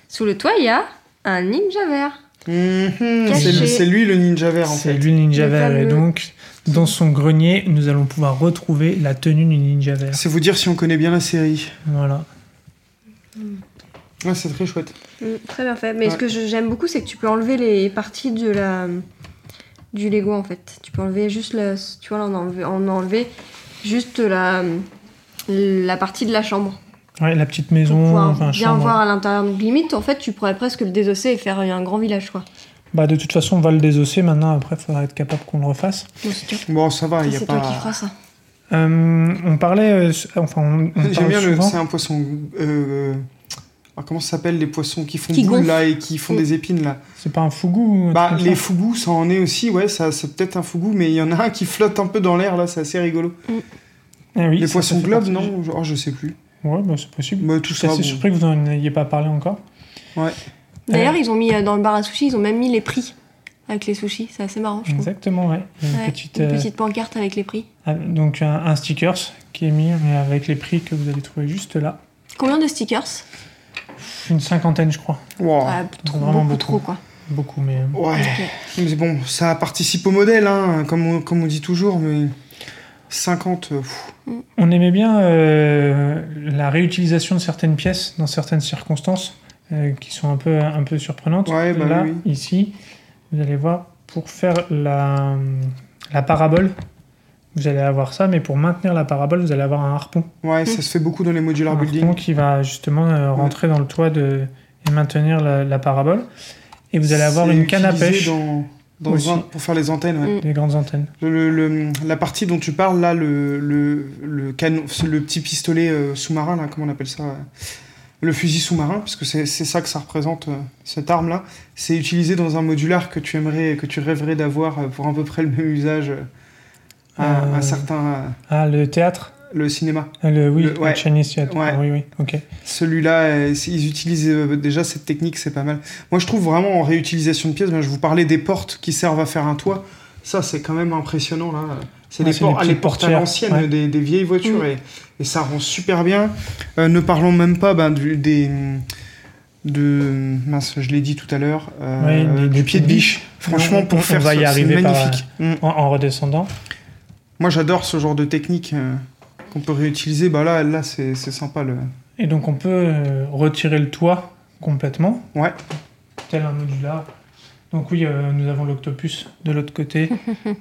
S2: Sous le toit, il y a un ninja vert.
S5: Mhm,
S2: Caché.
S5: c'est lui- c'est lui le ninja vert en
S4: C'est
S5: fait.
S4: lui le ninja
S2: Le
S4: vert et
S2: fameux.
S4: donc dans son grenier nous allons pouvoir retrouver la tenue du ninja vert.
S5: C'est vous dire si on connaît bien la série.
S4: Voilà.
S5: Ouais, c'est très chouette.
S2: Mm, très bien fait. Mais
S5: Ouais.
S2: ce que je- j'aime beaucoup, c'est que tu peux enlever les parties de la du Lego en fait. Tu peux enlever juste la, tu vois, là, on a enlevé, on a enlevé juste la la partie de la chambre
S4: Ouais, la petite
S2: pour
S4: maison,
S2: pouvoir
S4: enfin,
S2: bien
S4: chambre.
S2: voir à l'intérieur. Donc limite, en fait, tu pourrais presque le désosser et faire euh, un grand village quoi.
S4: Bah de toute façon, on va le désosser maintenant. Après, il faudra être capable qu'on le refasse.
S2: Donc, si tu-
S5: Bon, ça va, il n'y Ah, a
S2: c'est toi qui
S5: pas.
S2: feras ça.
S4: Euh, on parlait, euh, s- enfin, on, on
S5: J'aime
S4: parle
S5: bien le.
S4: souvent.
S5: C'est un poisson. euh, alors, comment ça s'appelle les poissons qui font
S2: Qui
S5: boule
S2: gonflent.
S5: là et qui font
S2: Mm.
S5: des épines là
S4: C'est pas un fougou. ou un
S5: Bah,
S4: truc comme
S5: les
S4: ça
S5: fougous, ça en est aussi, ouais, ça, c'est peut-être un fougou, mais il y en a un qui flotte un peu dans l'air, là, c'est assez rigolo.
S4: Ah oui,
S5: les
S4: ça,
S5: poissons
S4: ça fait
S5: globes,
S4: partie
S5: non oh, Je sais plus.
S4: du- Ouais, bah, c'est possible.
S5: Bah, tout
S4: Je suis
S5: ça,
S4: assez
S5: bon.
S4: surpris que vous n'en ayez pas parlé encore.
S2: D'ailleurs, ils ont mis euh, dans le bar à sushi, ils ont même mis les prix avec les sushis. C'est assez
S5: Mm.
S2: marrant, je trouve.
S4: Exactement, ouais. Il y a Une
S2: Ouais,
S4: petite,
S2: une
S4: euh,
S2: petite pancarte avec les prix.
S4: ah, donc un, un stickers qui est mis mais avec les prix que vous allez trouver juste là.
S2: Combien de stickers
S4: Une cinquantaine, je crois.
S5: Wow.
S2: Ah, trop-
S4: vraiment
S2: beaucoup,
S4: beaucoup.
S2: trop quoi.
S4: Beaucoup, mais.
S5: Oh, Ouais.
S2: Ok.
S5: Mais bon, ça participe au modèle, hein, comme on, comme on dit toujours, mais 50. euh, pff.
S4: On aimait bien euh, la réutilisation de certaines pièces dans certaines circonstances euh, qui sont un peu, un peu surprenantes.
S5: Ouais, bah
S4: Là,
S5: oui,
S4: ici, vous allez voir, pour faire la, la parabole, vous allez avoir ça, mais pour maintenir la parabole, vous allez avoir un harpon.
S5: Ouais, ça se fait beaucoup dans les modular
S4: Un
S5: building.
S4: harpon qui va justement euh, rentrer dans le toit de, et maintenir la, la parabole. Et vous allez avoir
S5: C'est
S4: une canne à
S5: utilisé
S4: pêche,
S5: Dans, dans
S4: aussi.
S5: un- pour faire les antennes, ouais.
S2: Mm.
S4: les grandes antennes.
S5: Le- le- la partie dont tu parles, là, le, le, le canon, le petit pistolet euh, sous-marin, là, comment on appelle ça euh, Le fusil sous-marin, parce que c'est c'est ça que ça représente, euh, cette arme-là. C'est utilisé dans un modular que tu aimerais, que tu rêverais d'avoir euh, pour à peu près le même usage euh, à,
S4: Euh.
S5: à certains. euh,
S4: Ah, le théâtre
S5: le cinéma.
S4: Ah, le, Oui,
S5: Le-
S4: le
S5: ouais.
S4: Chinese theatre.
S5: Ouais.
S4: Oui, oui, ok.
S5: Celui-là, euh, c'est- ils utilisent euh, déjà cette technique, c'est pas mal. Moi, je trouve vraiment en réutilisation de pièces, ben, je vous parlais des portes qui servent à faire un toit. Ça, c'est quand même impressionnant. là. C'est
S4: Ouais,
S5: des
S4: c'est
S5: por-
S4: des
S5: ah, les
S4: petites
S5: portes à
S4: portières,
S5: l'ancienne,
S4: ouais.
S5: des, des vieilles voitures, et, et ça rend super bien. Euh, ne parlons même pas ben, du, des. De. Mince, je l'ai dit tout à l'heure. euh,
S4: Ouais, des-
S5: du
S4: des
S5: pied de
S4: petites
S5: biche. Franchement,
S4: On-
S5: pour
S4: on
S5: faire
S4: va y
S5: ça, c'est
S4: arriver par-
S5: magnifique. Mm.
S4: En, en redescendant.
S5: Moi, j'adore ce genre de technique euh, qu'on peut réutiliser. Bah, là, là c'est c'est sympa. Le...
S4: Et donc on peut euh, retirer le toit complètement.
S5: Ouais.
S4: Tel un modular. Donc oui, euh, nous avons l'octopus de l'autre côté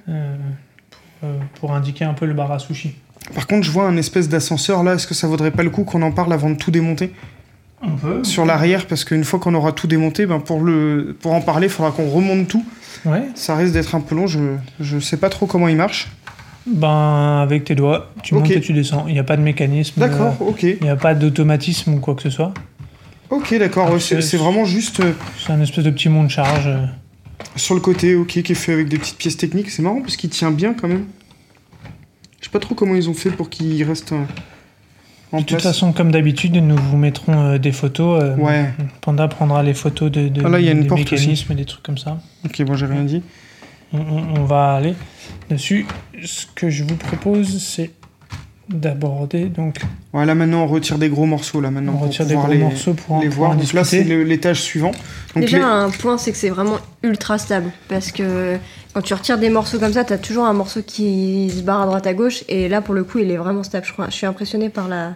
S4: euh, pour, euh, pour indiquer un peu le bar à sushi.
S5: Par contre, je vois un espèce d'ascenseur là. Est-ce que ça vaudrait pas le coup qu'on en parle avant de tout démonter
S4: On peut.
S5: sur l'arrière Parce qu'une fois qu'on aura tout démonté, ben pour, le... pour en parler, il faudra qu'on remonte tout.
S4: Ouais.
S5: Ça risque d'être un peu long. Je... je sais pas trop comment il marche.
S4: Ben avec tes doigts, tu
S5: Ok.
S4: montes et tu descends. Il n'y a pas de mécanisme.
S5: D'accord,
S4: euh,
S5: ok.
S4: Il n'y a pas d'automatisme ou quoi que ce soit.
S5: Ok, d'accord. ouais, C'est
S4: Euh,
S5: c'est vraiment juste euh,
S4: C'est un espèce de petit mont de charge. euh.
S5: sur le côté, ok, qui est fait avec des petites pièces techniques. C'est marrant parce qu'il tient bien quand même. Je sais pas trop comment ils ont fait pour qu'il reste euh, en
S4: De toute
S5: place.
S4: façon, comme d'habitude, nous vous mettrons euh, des photos. euh,
S5: Ouais.
S4: Panda prendra les photos de, de-
S5: Ah, là, il y a une
S4: des
S5: porte aussi.
S4: mécanismes et des trucs comme ça.
S5: Ok, bon, j'ai rien dit.
S4: On, on- on va aller dessus. Ce que je vous propose, c'est d'aborder. Donc,
S5: Ouais, là maintenant on retire des gros morceaux là maintenant
S4: on
S5: pour
S4: retire des
S5: pouvoir
S4: gros
S5: les,
S4: morceaux pour en
S5: les
S4: pouvoir
S5: voir. Donc là c'est
S4: discuter.
S5: le- l'étage suivant. Donc
S2: Déjà,
S5: les-
S2: un point, c'est que c'est vraiment ultra stable. Parce que quand tu retires des morceaux comme ça, t'as toujours un morceau qui se barre à droite à gauche. Et là, pour le coup, il est vraiment stable. Je, crois. je suis impressionnée par la,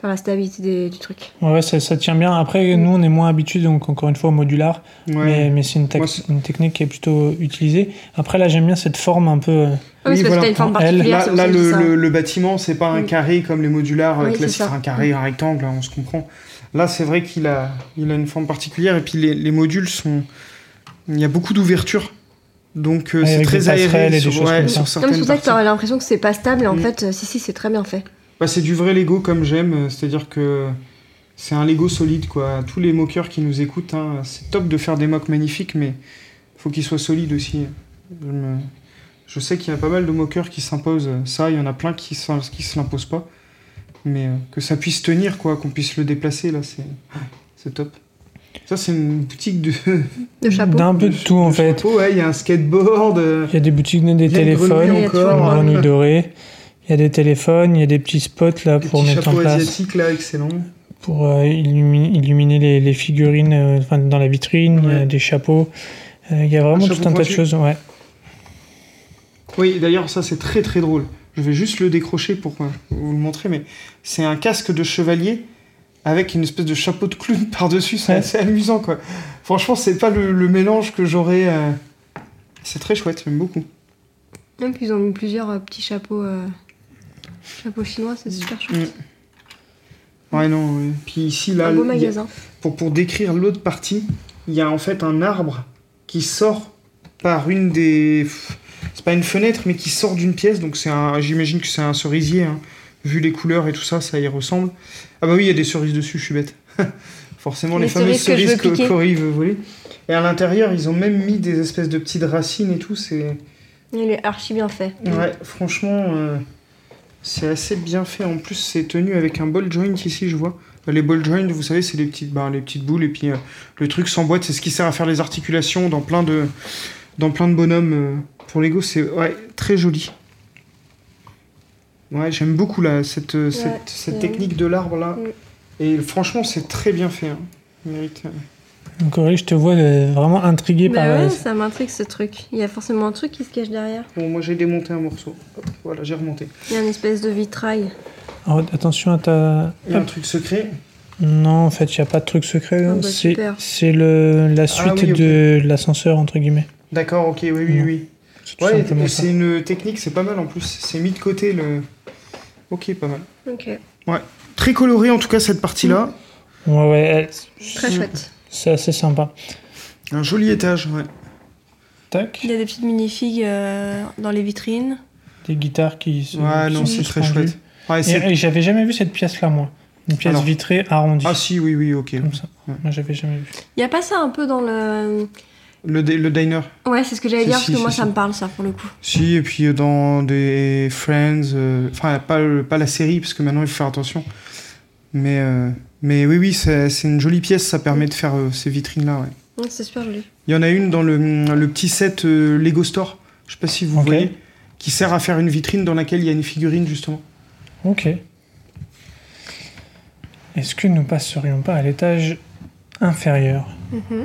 S2: par la stabilité des- du truc.
S4: Ouais, ouais, ça, ça tient bien. Après, nous, on est moins habitués, donc encore une fois, au modular.
S5: ouais.
S4: Mais, mais c'est une, tec-
S5: Moi, c'est-
S4: une technique qui est plutôt utilisée. Après, là, j'aime bien cette forme un peu. euh,
S2: Ah oui,
S5: Oui,
S2: c'est parce
S5: voilà.
S2: que t'as une forme
S4: Elle,
S2: particulière.
S5: Là,
S2: c'est
S5: là,
S2: aussi
S5: le,
S2: ça.
S5: le- le bâtiment, c'est pas un
S2: Oui.
S5: carré comme les modulars euh,
S2: Oui, c'est
S5: classiques,
S2: ça.
S5: enfin, un carré, un rectangle, hein, on se comprend. Là, c'est vrai qu'il a, il a une forme particulière et puis les, les modules sont. Il y a beaucoup d'ouvertures. Donc, euh,
S4: Ouais,
S5: c'est
S4: avec des
S5: très
S4: passerelles et
S5: aéré
S4: des
S5: sur,
S4: choses
S5: ouais,
S4: comme ça. Non, mais
S5: sur
S2: Non, mais c'est
S5: certaines
S2: pour ça que
S5: parties.
S2: t'aurais l'impression que c'est pas stable. Et en
S5: Mm.
S2: fait, euh, si, si, c'est très bien fait.
S5: Bah, c'est du vrai Lego comme j'aime, euh, c'est-à-dire que c'est un Lego solide, quoi. Tous les moqueurs qui nous écoutent, hein, c'est top de faire des mocs magnifiques, mais faut qu'ils soient solides aussi. Je, me- je sais qu'il y a pas mal de moqueurs qui s'imposent euh, ça, il y en a plein qui s'in- qui se l'imposent pas, mais euh, que ça puisse tenir, quoi, qu'on puisse le déplacer, là, c'est c'est top. Ça, c'est une boutique de.
S2: De
S5: Mm.
S2: chapeau.
S4: D'un peu de tout, en fait.
S5: Oh, ouais, il y a un skateboard. euh,
S4: Il y a des boutiques, des
S5: Il y a une
S4: téléphones,
S5: grenouille
S4: une
S5: encore.
S4: grenouille dorée. Il y a des téléphones, il y a des petits spots là
S5: des
S4: pour
S5: petits
S4: mettre en
S5: chapeaux
S4: place,
S5: asiatiques là, excellent.
S4: pour euh, illumi- illuminer les, les figurines euh, enfin, dans la vitrine, il y a
S5: Ouais. Ah,
S4: des chapeaux. Euh, il y a vraiment
S5: Un
S4: tout
S5: chapeau
S4: un tas de
S5: pointu.
S4: choses. Ouais.
S5: Oui, d'ailleurs, ça c'est très très drôle. Je vais juste le décrocher pour euh, vous le montrer, mais c'est un casque de chevalier avec une espèce de chapeau de clown par-dessus. C'est
S4: Ouais.
S5: assez amusant, quoi. Franchement, c'est pas le, le mélange que j'aurais. euh, C'est très chouette, j'aime beaucoup.
S2: Même qu'ils ont mis plusieurs euh, petits chapeaux. euh, Chapeaux chinois,
S5: Mm.
S2: c'est super chouette.
S5: Ouais, non. ouais. Puis ici, là,
S2: un beau
S5: il y a-
S2: magasin.
S5: pour, pour décrire l'autre partie, il y a en fait un arbre qui sort par une des. C'est pas une fenêtre, mais qui sort d'une pièce, donc c'est un. J'imagine que c'est un cerisier, hein. vu les couleurs et tout ça, ça y ressemble. Ah bah oui, il y a des cerises dessus, je suis bête. Forcément, les,
S2: Les
S5: fameuses cerises
S2: cerises que je veux
S5: que,
S2: piquer.
S5: Cory veut voler. Et à l'intérieur, ils ont même mis des espèces de petites racines et tout, c'est.
S2: Il est archi bien fait.
S5: Ouais, franchement, euh, c'est assez bien fait. En plus, c'est tenu avec un ball joint ici, je vois. Euh, Les ball joints, vous savez, c'est les petites, ben, les petites boules et puis euh, le truc sans boîte, c'est ce qui sert à faire les articulations dans plein de, dans plein de bonhommes. euh, pour Lego, c'est ouais, très joli. Ouais, j'aime beaucoup là, cette, euh, cette, cette
S2: euh,
S5: technique de l'arbre là.
S2: oui.
S5: Et franchement, c'est très bien fait. hein. Mérite. euh,
S4: Donc Aurélie, je te vois euh, vraiment intrigué par
S2: Bah
S4: euh,
S2: ouais, ça m'intrigue ce truc. Il y a forcément un truc qui se cache derrière.
S5: Bon, moi j'ai démonté un morceau. Hop, voilà, j'ai remonté.
S2: Il y a une espèce de vitrail.
S4: Alors, oh, attention à ta.
S5: Il y a un truc secret.
S4: Non, en fait, il n'y a pas de truc secret. là.
S2: Ah bah,
S4: c'est
S2: super.
S4: c'est le la suite
S5: Ah oui, ok.
S4: de l'ascenseur entre guillemets.
S5: D'accord, ok, oui, oui,
S4: Non.
S5: oui.
S4: C'est tout
S5: Ouais,
S4: simplement ça.
S5: c'est une technique, c'est pas mal en plus. C'est mis de côté le. Ok, pas mal.
S2: Ok,
S5: Très coloré en tout cas cette partie-là.
S4: Ouais, ouais, elle-
S2: très
S5: Mm.
S2: chouette.
S4: c'est assez sympa.
S5: Un joli étage, ouais.
S4: Tac.
S2: Il y a des petites minifigs euh, dans les vitrines.
S4: Des guitares qui. se-
S5: Ouais,
S4: qui
S5: non,
S4: sont
S5: c'est très
S4: suspendues.
S5: chouette. Ouais, c'est-
S4: Et, et j'avais jamais vu cette pièce là, moi. Une pièce
S5: Alors.
S4: vitrée arrondie.
S5: Ah si, oui, oui, ok.
S4: comme ça.
S5: Ouais.
S4: Moi, j'avais jamais vu.
S2: Il y a pas ça un peu dans le.
S5: Le, di- le diner.
S2: Ouais, c'est ce que j'allais
S5: Si,
S2: dire
S5: si,
S2: parce que
S5: si,
S2: moi
S5: si.
S2: ça me parle ça pour le coup.
S5: Si, et puis euh, dans des Friends. euh, Enfin, pas, le- pas la série, parce que maintenant il faut faire attention. Mais, euh, mais oui, oui, c'est c'est une jolie pièce, ça permet de faire euh, ces vitrines-là, ouais.
S2: Ouais, c'est super joli.
S5: Il y en a une dans le, le petit set euh, Lego Store, je sais pas si vous
S4: Ok.
S5: voyez, qui sert à faire une vitrine dans laquelle il y a une figurine justement.
S4: Ok. Est-ce que nous passerions pas à l'étage inférieur
S2: Mhm.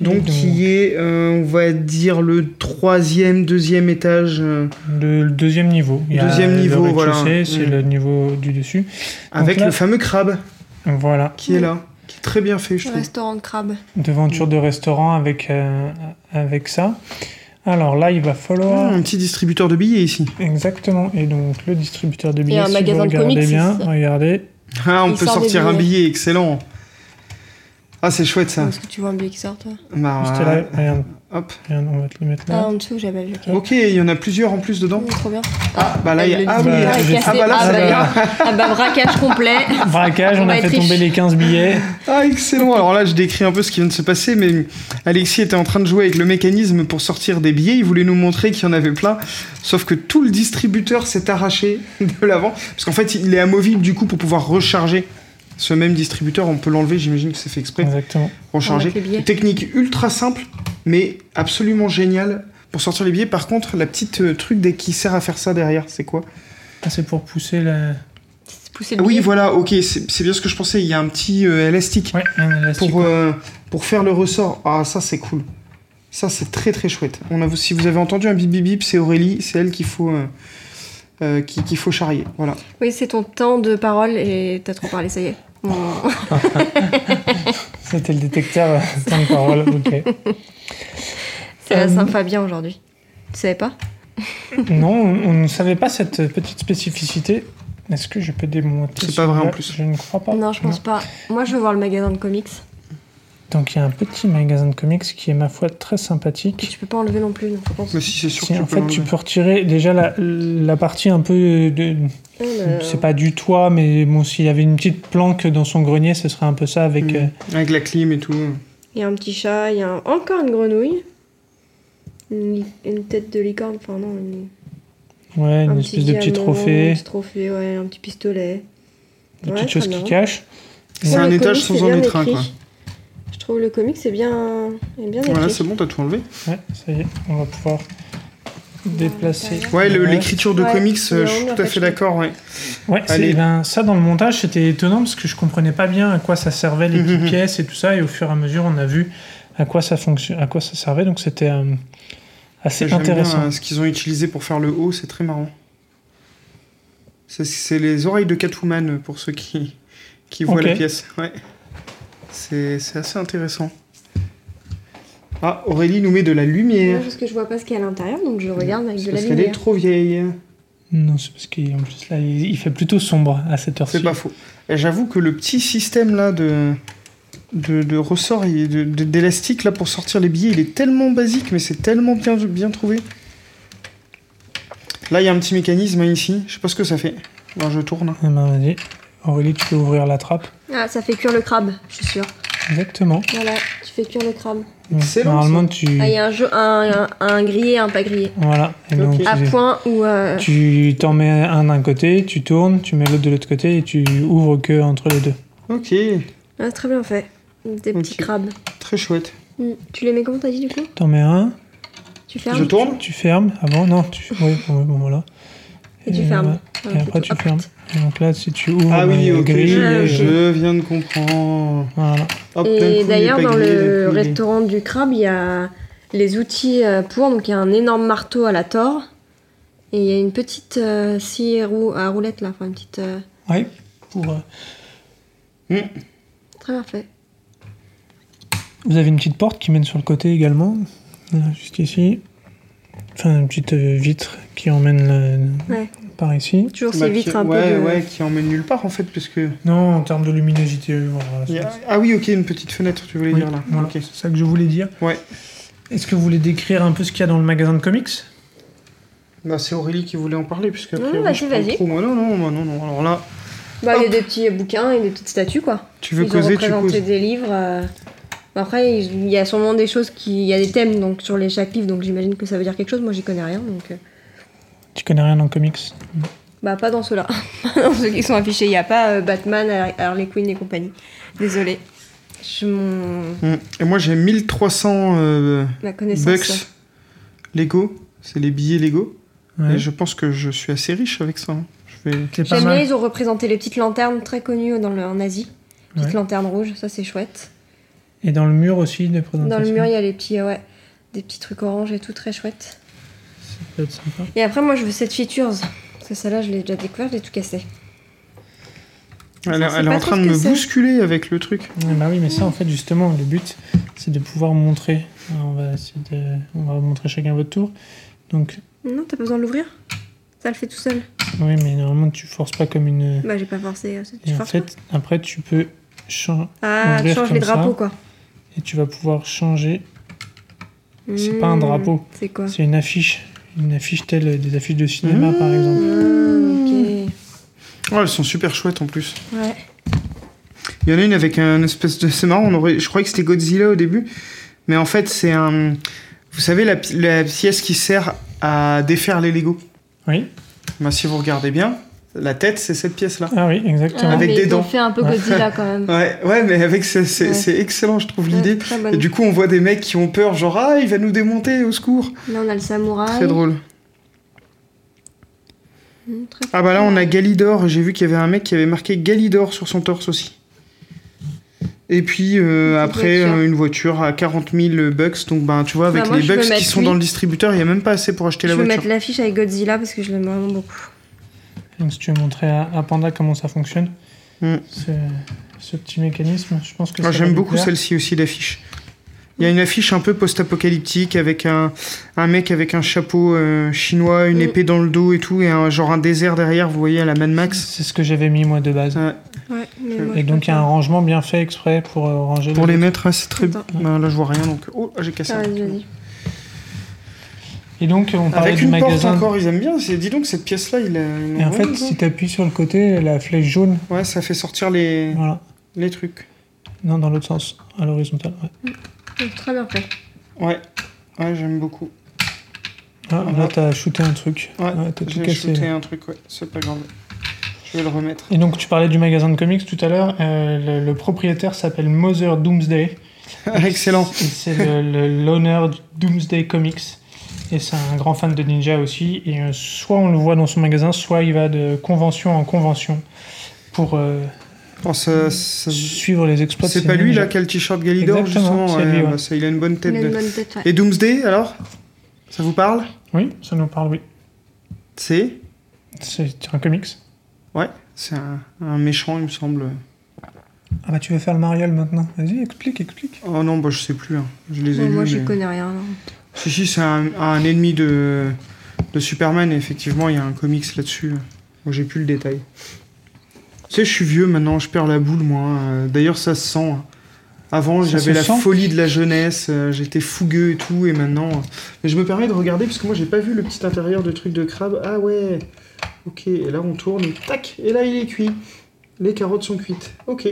S5: Donc, qui est, euh, on va dire, le troisième, deuxième étage euh,
S4: le, le deuxième niveau. Il y a
S5: Deuxième
S4: le
S5: niveau, voilà.
S4: rez-de-chaussée, C'est
S5: Mm.
S4: le niveau du dessus.
S5: avec
S4: là-
S5: le fameux crabe
S4: Voilà.
S5: qui est là, qui est très bien fait, je
S2: Le
S5: trouve.
S2: restaurant de crabe.
S4: Devanture de restaurant avec, euh, avec ça. Alors là, il va falloir.
S5: Ah, un petit distributeur de billets ici.
S4: Exactement. Et donc, le distributeur de billets.
S2: un
S4: si
S2: magasin
S4: vous
S2: de
S4: regardez
S2: comics
S4: bien,
S2: ici.
S4: regardez.
S5: Ah, on
S2: Il
S5: peut
S2: sort des
S5: sortir un
S2: billets.
S5: billet, excellent. Ah, c'est chouette ça.
S2: Où est-ce que tu vois un billet qui sort toi
S5: Bah,
S4: Juste là. Regarde,
S5: Hop.
S4: regarde, on va te le mettre
S2: Ah,
S4: là.
S2: en dessous, j'avais vu.
S5: Ok, il y en a plusieurs en plus dedans.
S2: Oh, trop bien.
S5: Ah, bah là, il y
S2: Le
S5: a. Ah,
S2: dîner
S5: oui,
S4: bah,
S2: est
S4: j'ai-
S2: cassé.
S5: ah, bah là,
S2: ah,
S5: ça
S2: bah,
S5: va.
S2: ah, bah, braquage complet.
S4: Braquage,
S2: On
S4: on
S2: va
S4: a
S2: être
S4: fait tomber
S2: riche.
S4: les 15 billets.
S5: Ah, excellent. Alors là, je décris un peu ce qui vient de se passer, mais Alexis était en train de jouer avec le mécanisme pour sortir des billets. Il voulait nous montrer qu'il y en avait plein, sauf que tout le distributeur s'est arraché de l'avant. Parce qu'en fait, il est amovible du coup pour pouvoir recharger. Ce même distributeur, on peut l'enlever, j'imagine que c'est fait exprès,
S4: Exactement.
S5: recharger.
S2: Enlever les billets.
S5: Technique ultra simple, mais absolument géniale pour sortir les billets. Par contre, la petite euh, truc dès- qui sert à faire ça derrière, c'est quoi
S4: Ah, c'est pour pousser la.
S2: C'est poussé
S5: Ah
S2: le
S5: oui,
S2: billet.
S5: voilà, ok, c'est c'est bien ce que je pensais. Il y a un petit euh, élastique
S4: Ouais, un élastique.
S5: pour, euh, pour faire le ressort. Ah, ça, c'est cool. Ça, c'est très très chouette. On a, si vous avez entendu un bip bip bip, c'est Aurélie, c'est elle qu'il faut, euh, euh, qu'il qu'il faut charrier. Voilà.
S2: Oui, c'est ton temps de parole et t'as trop parlé, ça y est. Bon.
S4: C'était le détecteur euh, temps de parole. Ok.
S2: C'est la
S4: Euh,
S2: Saint-Fabien aujourd'hui. Tu savais pas
S4: Non, on on ne savait pas cette petite spécificité. Est-ce que je peux démonter
S5: C'est pas vrai,
S4: celui-là
S5: en plus.
S4: Je ne crois pas.
S2: Non, je pense pas. Moi, je veux voir le magasin de comics.
S4: Donc il y a un petit magasin de comics qui est ma foi très
S2: Et
S4: sympathique.
S2: tu peux pas enlever non plus, donc faut qu'on se-
S5: Mais si, c'est sûr
S4: Si,
S5: que tu
S4: en
S5: peux
S4: fait, tu
S5: l'enlever.
S4: peux retirer déjà la, la partie un peu de.
S2: Euh,
S4: C'est pas du toit, mais bon, s'il y avait une petite planque dans son grenier, ce serait un peu ça avec.
S5: Mm.
S4: euh,
S5: Avec la clim et tout.
S2: Il y a un petit chat, il y a un- encore une grenouille. Une, li- une tête de licorne, enfin non, une,
S4: ouais,
S2: un
S4: une espèce de petit
S2: diamant,
S4: trophée,
S2: Un petit trophée, ouais, un petit pistolet.
S4: des
S2: Ouais,
S4: petites
S2: très
S4: choses
S2: bien.
S4: qui cachent.
S2: Je trouve
S5: C'est un
S2: le
S5: étage
S2: comics,
S5: sans
S2: c'est
S5: en
S2: bien
S5: être un,
S2: écrit.
S5: quoi.
S2: Je trouve le comic, c'est bien, est bien écrit.
S5: Voilà, c'est bon, t'as tout enlevé.
S4: Ouais, ça y est, on va pouvoir déplacer.
S5: Ouais, le- l'écriture de
S2: Ouais,
S5: comics, euh, je
S2: non,
S5: suis
S2: en
S5: tout à
S2: fait,
S5: fait
S2: je-
S5: d'accord. Ouais.
S4: Ouais, c'est-
S5: Allez.
S4: ben, ça dans le montage c'était étonnant parce que je comprenais pas bien à quoi ça servait les petites
S5: Mhm.
S4: pièces et tout ça et au fur et à mesure on a vu à quoi ça fonctionne, à quoi ça servait donc c'était euh, assez
S5: J'aime bien
S4: intéressant.
S5: euh, ce qu'ils ont utilisé pour faire le haut, c'est très marrant. Ça, C'est les oreilles de Catwoman pour ceux qui, qui voient
S4: Ok.
S5: la pièce. Ouais. C'est c'est assez intéressant. Ah, Aurélie nous met de la
S2: Moi,
S5: lumière.
S2: parce que je vois pas ce qu'il y a à l'intérieur, donc je regarde avec
S5: C'est
S2: de la
S5: parce qu'elle est
S2: lumière.
S5: trop vieille.
S4: Non, c'est parce qu'en plus là il il fait plutôt sombre à cette heure-ci.
S5: C'est pas faux. Et J'avoue que le petit système là de, de, de ressort et de- de- d'élastique là pour sortir les billets, il est tellement basique, mais c'est tellement bien, bien trouvé. Là, il y a un petit mécanisme hein, ici. Je sais pas ce que ça fait. Bon, je tourne.
S4: Eh ben, vas-y. Aurélie, tu peux ouvrir la trappe.
S2: Ah, ça fait cuire le crabe, je suis sûre.
S4: Exactement.
S2: Voilà, tu fais cuire le crabe.
S5: Excellent,
S4: Normalement, tu.
S2: Ah, il y a un, jeu, un, un, un grillé et un pas grillé.
S4: Voilà. Et donc,
S5: Ok.
S2: À
S4: tu-
S2: point ou... euh,
S4: tu t'en mets un d'un côté, tu tournes, tu mets l'autre de l'autre côté et tu ouvres que entre les deux.
S5: Ok,
S2: Ah, c'est très bien fait. Des petits
S5: Ok.
S2: crabes.
S5: très chouette.
S2: Mm. Tu les mets comment t'as dit du coup
S4: T'en mets un,
S2: Tu
S5: Je
S2: fermes
S5: tourne
S4: tu fermes avant. Non, tu. Oui, bon, bon, voilà.
S2: et tu fermes.
S4: Et après, tu fermes. Et donc là, si tu ouvres
S5: Ah oui,
S4: euh,
S5: ok,
S4: grille,
S5: je,
S4: euh,
S5: je viens de comprendre.
S4: Voilà.
S5: Hop, d'un coup, il
S2: Et
S5: est
S2: d'ailleurs,
S5: pas
S2: dans
S5: grillé,
S2: le
S5: d'un coup, il est-
S2: restaurant du crabe, il y a les outils euh, pour. Donc, il y a un énorme marteau à la tore. Et il y a une petite euh, scie rou- à roulette là. Enfin, une petite. euh,
S4: Oui, pour. euh,
S2: Très bien fait.
S4: Vous avez une petite porte qui mène sur le côté également, Voilà, juste ici. Enfin, une petite euh, vitre qui emmène le-
S2: Ouais.
S4: par ici.
S2: Toujours
S5: Bah,
S2: ces
S5: qui-
S2: vitres un
S5: ouais,
S2: peu. de-
S5: ouais, qui emmène nulle part en fait, parce que.
S4: Non, en termes de luminosité, voilà.
S5: il y
S4: c'est-
S5: a- Ah oui, ok, une petite fenêtre, tu voulais
S4: Oui,
S5: dire là.
S4: voilà,
S5: Ok.
S4: C'est ça que je voulais dire.
S5: Ouais.
S4: Est-ce que vous voulez décrire un peu ce qu'il y a dans le magasin de comics
S5: Bah, c'est Aurélie qui voulait en parler, puisque
S2: Non,
S5: après.
S2: Ah, vas-y, vas-y.
S5: Moi, Bah, non, non, moi, non, non. Alors là,
S2: Bah, il y a des petits bouquins et des petites statues quoi.
S5: tu veux
S2: ils ont
S5: causer, tu
S2: représenté
S5: causes.
S2: des livres. euh, Après, ils- il y a sûrement des choses qui. Il y a des thèmes donc, sur les chapitres, donc j'imagine que ça veut dire quelque chose. Moi, j'y connais rien. Donc, euh,
S4: Tu connais rien en comics
S2: Bah, pas dans ceux-là. dans ceux qui sont affichés. Il n'y a pas euh, Batman, Har- Harley Quinn et compagnie. Désolée. Je mon.
S5: Mm. Et moi, j'ai 1300 euh,
S2: Ma connaissance.
S5: bucks Lego. C'est les billets Lego.
S4: Ouais.
S5: Et je pense que je suis assez riche avec ça. hein. Je vais.
S4: C'est pas
S2: J'aime bien,
S4: mal.
S2: ils ont représenté les petites lanternes très connues dans le, en Asie. Petites
S4: Ouais.
S2: lanternes rouges, ça c'est chouette.
S4: Et dans le mur aussi, de présentation.
S2: Dans le mur, il y a les petits, euh, ouais, des petits trucs orange et tout, très chouette.
S4: Ça peut être sympa.
S2: Et après, moi je veux cette features. Parce que celle-là, je l'ai déjà découverte, je l'ai tout cassé.
S5: Elle,
S2: sais
S5: elle est
S2: pas
S5: en train
S2: trop
S5: de
S2: ce
S5: me
S2: que c'est.
S5: bousculer avec le truc.
S4: Ouais, bah oui, mais ça, en fait, justement, le but, c'est de pouvoir montrer. Alors, on va essayer de... On va montrer chacun votre tour. Donc,
S2: Non, t'as pas besoin de l'ouvrir Ça le fait tout seul.
S4: oui, mais normalement, tu forces pas comme une...
S2: Bah, j'ai pas forcé. euh, ça, tu
S4: Et en
S2: forces
S4: fait, après, tu peux... chan-
S2: pas Ah, tu
S4: ouvrir
S2: changes les
S4: comme ça.
S2: drapeaux quoi.
S4: Et tu vas pouvoir changer. C'est pas un
S2: Hmm,
S5: Mmh.
S4: drapeau.
S2: C'est quoi
S4: C'est une affiche. Une affiche telle des affiches de cinéma, par
S5: Mmh.
S4: exemple.
S2: Ah,
S5: Ouais, elles sont super chouettes en plus.
S2: ok. Ouais.
S5: Il y en a une avec un espèce de. C'est marrant, on aurait... je croyais que c'était Godzilla au début. Mais en fait, c'est un. Vous savez, la, pi- la pièce qui sert à défaire les Lego.
S4: Oui
S5: Ben, si vous regardez bien, la tête, c'est cette pièce-là.
S4: Ah oui, exactement.
S5: Avec
S2: mais
S5: des
S2: ils
S5: dents.
S2: ont fait un peu
S4: Ouais.
S2: Godzilla quand même.
S5: Ouais, ouais, mais avec ce- c'est
S2: Ouais.
S5: c'est excellent, je trouve l'idée.
S2: Ouais, très bonne.
S5: Et du coup, on voit des mecs qui ont peur, genre ah, il va
S2: Ah
S5: nous démonter, au secours.
S2: Là, on a le samouraï.
S5: Très drôle.
S2: Hmm, Hum, très
S5: Ah bah là on a Galidor, j'ai vu qu'il y avait un mec qui avait marqué Galidor sur son torse aussi. Et puis euh,
S2: Une
S5: après
S2: voiture.
S5: euh, une voiture à 40 000 bucks, donc ben tu vois avec
S2: Bah, moi,
S5: les
S2: je veux
S5: bucks qui
S2: mettre
S5: sont
S2: lui.
S5: dans le distributeur, il n'y a même pas assez pour acheter
S2: Je
S5: la
S2: vais
S5: voiture.
S2: mettre l'affiche avec Godzilla parce que je l'aime vraiment beaucoup.
S4: Donc, si tu veux montrer à, à Panda comment ça fonctionne,
S5: Mm.
S4: ce, ce petit mécanisme, je pense que
S5: Moi
S4: ça va
S5: j'aime
S4: lui
S5: beaucoup
S4: plaire.
S5: celle-ci aussi l'affiche. Il y a une affiche un peu post-apocalyptique avec un, un mec avec un chapeau euh, chinois, une
S2: Mm.
S5: épée dans le dos et tout, et un, genre un désert derrière, vous voyez à la Mad Max.
S4: C'est ce que j'avais mis moi de base.
S5: Ouais.
S2: Ouais, mais
S5: Je-
S2: moi,
S4: Et
S2: je
S4: donc il y a un
S2: préfère.
S4: rangement bien fait exprès pour euh, ranger.
S5: Pour
S4: les-
S5: les mettre, ouais, c'est très.
S2: Attends.
S5: Ben, là je vois rien donc. Oh j'ai cassé.
S2: Ah,
S5: un
S2: vas-y,
S5: truc.
S2: vas-y.
S4: Et donc on parlait
S5: Avec
S4: du
S5: une porte
S4: magasin.
S5: encore, ils aiment bien. C'est- Dis donc, cette pièce-là, il a. ils l'ont
S4: Et en fait,
S5: vraiment
S4: si tu appuies sur le côté, la flèche jaune,
S5: bien. Ouais, ça fait sortir les,
S4: voilà.
S5: les trucs. Ouais,
S4: Non, dans l'autre sens, à l'horizontale. ouais.
S2: Donc, Très bien fait.
S5: ouais, j'aime beaucoup.
S4: Ah,
S5: Voilà.
S4: Là, t'as shooté un truc.
S5: Ouais,
S4: Ouais, t'as tout
S5: j'ai
S4: cassé.
S5: shooté un truc, ouais, c'est pas grave. Je vais le remettre.
S4: Et donc, tu parlais du magasin de comics tout à l'heure. euh, le, le propriétaire s'appelle Mother Doomsday.
S5: Excellent.
S4: Et C'est le- le- l'honneur du Doomsday Comics. Et c'est un grand fan de Ninja aussi. Et euh, soit on le voit dans son magasin, soit il va de convention en convention pour euh,
S5: Oh, ça- ça-
S4: suivre les exploits. de
S5: C'est
S4: ces
S5: pas lui
S4: ninjas.
S5: là qui a le t-shirt Galidor,
S4: Exactement,
S5: justement.
S4: c'est lui, ouais.
S5: bah, ça, il a une bonne tête.
S2: Il a une
S5: de-
S2: bonne tête, ouais.
S5: Et Doomsday, alors Ça vous parle
S4: Oui, ça nous parle, oui.
S5: C'est
S4: C'est un comics.
S5: Ouais, c'est un, un méchant, il me semble.
S4: Ah bah, tu veux faire le mariole maintenant. Vas-y, explique, explique.
S5: Oh non, bah, je sais plus. hein. Je les ai
S2: Bon, moi,
S5: lus,
S2: je
S5: mais-
S2: connais rien. non.
S5: Si, si, c'est un, un ennemi de, de Superman, et effectivement, il y a un comics là-dessus. Moi, j'ai plus le détail. Tu sais, je suis vieux maintenant, je perds la boule, moi. Euh, D'ailleurs, ça se sent. Avant,
S4: Ça
S5: j'avais
S4: se
S5: la
S4: sent
S5: folie de la jeunesse, euh, j'étais fougueux et tout, et maintenant. euh, Mais je me permets de regarder, parce que moi, j'ai pas vu le petit intérieur de truc de crabe. Ah ouais Ok, et là, on tourne, et tac Et là, il est cuit. Les carottes sont cuites. Ok.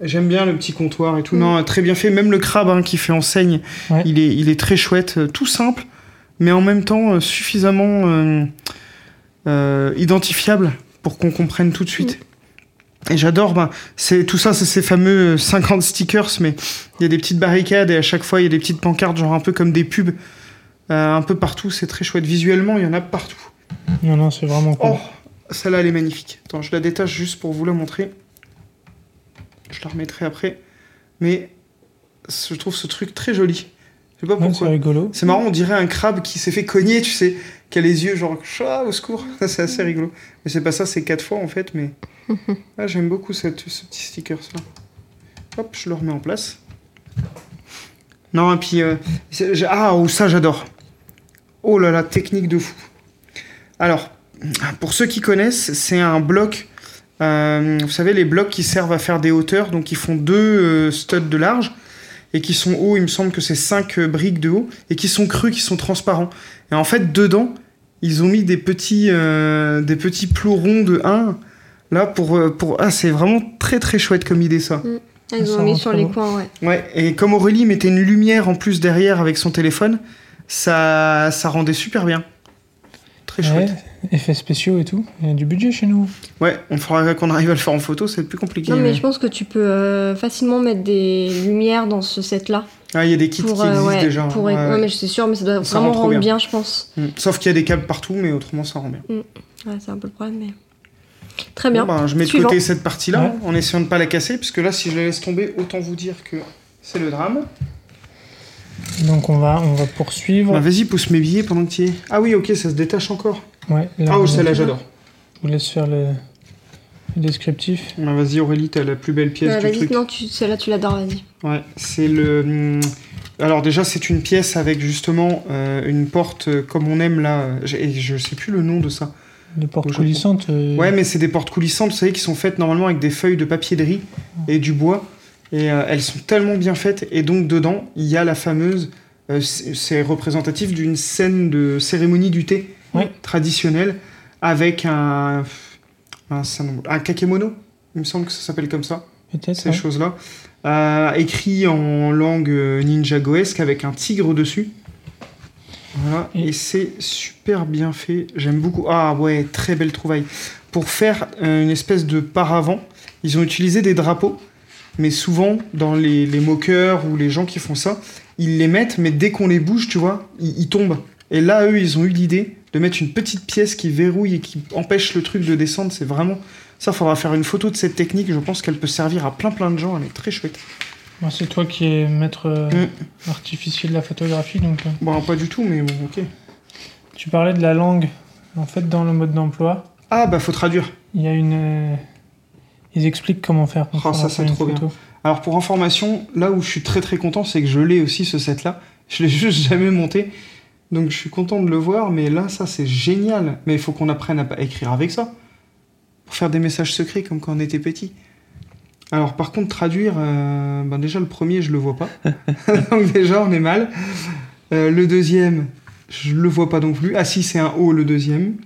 S5: J'aime bien le petit comptoir et tout.
S2: Mm.
S5: Non, très bien fait. Même le crabe hein, qui fait enseigne,
S4: Ouais.
S5: il, est, il est très chouette, euh, tout simple, mais en même temps euh, suffisamment euh, euh, identifiable pour qu'on comprenne tout de suite.
S4: Mm.
S5: Et j'adore, ben, c'est tout ça, c'est ces fameux euh, 50 stickers, mais il y a des petites barricades et à chaque fois il y a des petites pancartes, genre un peu comme des pubs, euh, un peu partout. C'est très chouette. Visuellement, il y en a partout.
S4: Non, non, c'est vraiment cool.
S5: Oh, celle-là, elle est magnifique. Attends, je la détache juste pour vous la montrer. Je la remettrai après. Mais je trouve ce truc très joli. Je sais pas
S4: Ouais, c'est
S5: pourquoi.
S4: rigolo.
S5: C'est marrant, on dirait un crabe qui s'est fait cogner, tu sais, qui a les yeux genre chat au secours. c'est assez rigolo. Mais c'est pas ça, c'est quatre fois en fait. Mais Ah, j'aime beaucoup cette, ce petit sticker là. Hop, je le remets en place. Non et puis euh, c'est- j'ai- ah oh, ça j'adore. Oh là là, technique de fou. Alors pour ceux qui connaissent, c'est un bloc. euh, vous savez les blocs qui servent à faire des hauteurs, donc ils font deux euh, studs de large et qui sont hauts, il me semble que c'est 5 briques de haut, et qui sont crus, qui sont transparents. Et en fait, dedans, ils ont mis des petits, euh, des petits plots ronds de 1. Là, pour, euh, pour... Ah, c'est vraiment très très chouette comme idée ça.
S2: Ah, Ils
S4: Ça
S2: ont mis
S4: rend
S2: sur
S4: très
S2: les
S4: beau.
S2: coins, ouais.
S5: Ouais, et comme Aurélie mettait une lumière en plus derrière avec son téléphone, ça, ça rendait super bien. Très
S4: Ouais,
S5: chouette.
S4: effets spéciaux et tout. Il y a du budget chez nous.
S5: Ouais, on faudra qu'on arrive à le faire en photo, c'est plus compliqué.
S2: Non, mais
S5: mais-
S2: je pense que tu peux euh, facilement mettre des lumières dans ce set-là.
S5: Ah, il y a des kits
S2: Pour,
S5: qui
S2: euh,
S5: existent
S2: ouais,
S5: déjà.
S2: pour-
S5: ouais,
S2: ouais,
S5: ouais.
S2: mais je suis sûre, mais ça doit
S5: Ça rend
S2: vraiment
S5: trop
S2: rendre
S5: bien.
S2: bien. je pense.
S5: Mm. Sauf qu'il y a des câbles partout, mais autrement, ça rend bien.
S2: Ouais, c'est un peu le problème, mais. Très bien. Euh,
S5: Bon, ben, je mets
S2: Suivant.
S5: de côté cette partie-là,
S4: Ouais.
S5: hein, en essayant de ne pas la casser, puisque là, si je la laisse tomber, autant vous dire que c'est le drame.
S4: Donc on va, on va poursuivre.
S5: Ben, Vas-y, pousse mes billets pendant que tu y es. Ah oui, ok, ça se détache encore.
S4: Ouais, là,
S5: ah,
S4: on-
S5: oh, celle-là, j'adore.
S4: je vous laisse faire le, le descriptif.
S5: Ben, vas-y, Aurélie, t'as la plus belle pièce
S2: Ouais,
S5: du
S2: Bah, vas-y,
S5: truc.
S2: non, tu, celle-là, tu l'adores, vas-y.
S5: Ouais, c'est le. hum, Alors, déjà, c'est une pièce avec justement euh, une porte euh, comme on aime là. euh, j'ai- et je sais plus le nom de ça.
S4: De porte
S5: Bonjour.
S4: coulissante. euh,
S5: Ouais, mais c'est des portes coulissantes, vous savez, qui sont faites normalement avec des feuilles de papier de riz et du bois. Et euh, elles sont tellement bien faites. Et donc, dedans, il y a la fameuse. euh, c'est c'est représentatif d'une scène de cérémonie du thé
S4: Ouais.
S5: traditionnelle avec un. Un, un kakemono, il me semble que ça s'appelle comme ça
S4: Peut-être. hein.
S5: ces
S4: ouais.
S5: choses-là. Euh, écrit en langue euh, ninjagoesque avec un tigre dessus. Voilà,
S4: Et-
S5: et c'est super bien fait. J'aime beaucoup. Ah ouais, très belle trouvaille. Pour faire euh, une espèce de paravent, ils ont utilisé des drapeaux, mais souvent dans les, les moqueurs ou les gens qui font ça, ils les mettent, mais dès qu'on les bouge, tu vois, ils, ils tombent. Et là, eux, ils ont eu l'idée de mettre une petite pièce qui verrouille et qui empêche le truc de descendre. C'est vraiment. Ça, faudra faire une photo de cette technique. Je pense qu'elle peut servir à plein plein de gens. Elle est très chouette.
S4: Bon, c'est toi qui es maître euh,
S5: Mm.
S4: artificier de la photographie, donc euh,
S5: Bon, pas du tout, mais bon, ok.
S4: tu parlais de la langue. En fait, dans le mode d'emploi,
S5: Ah, bah, faut traduire.
S4: il y a une. euh, Ils expliquent comment faire.
S5: Oh, ça, c'est trop bien. Alors pour information, là où je suis très très content, c'est que je l'ai aussi ce set là. Je l'ai juste jamais monté. Donc je suis content de le voir, mais là ça c'est génial. Mais il faut qu'on apprenne à pas écrire avec ça. Pour faire des messages secrets comme quand on était petit. Alors par contre traduire, euh, ben déjà le premier je le vois pas. donc déjà on est mal. Euh, le deuxième, je le vois pas non plus. Ah si c'est un O le deuxième.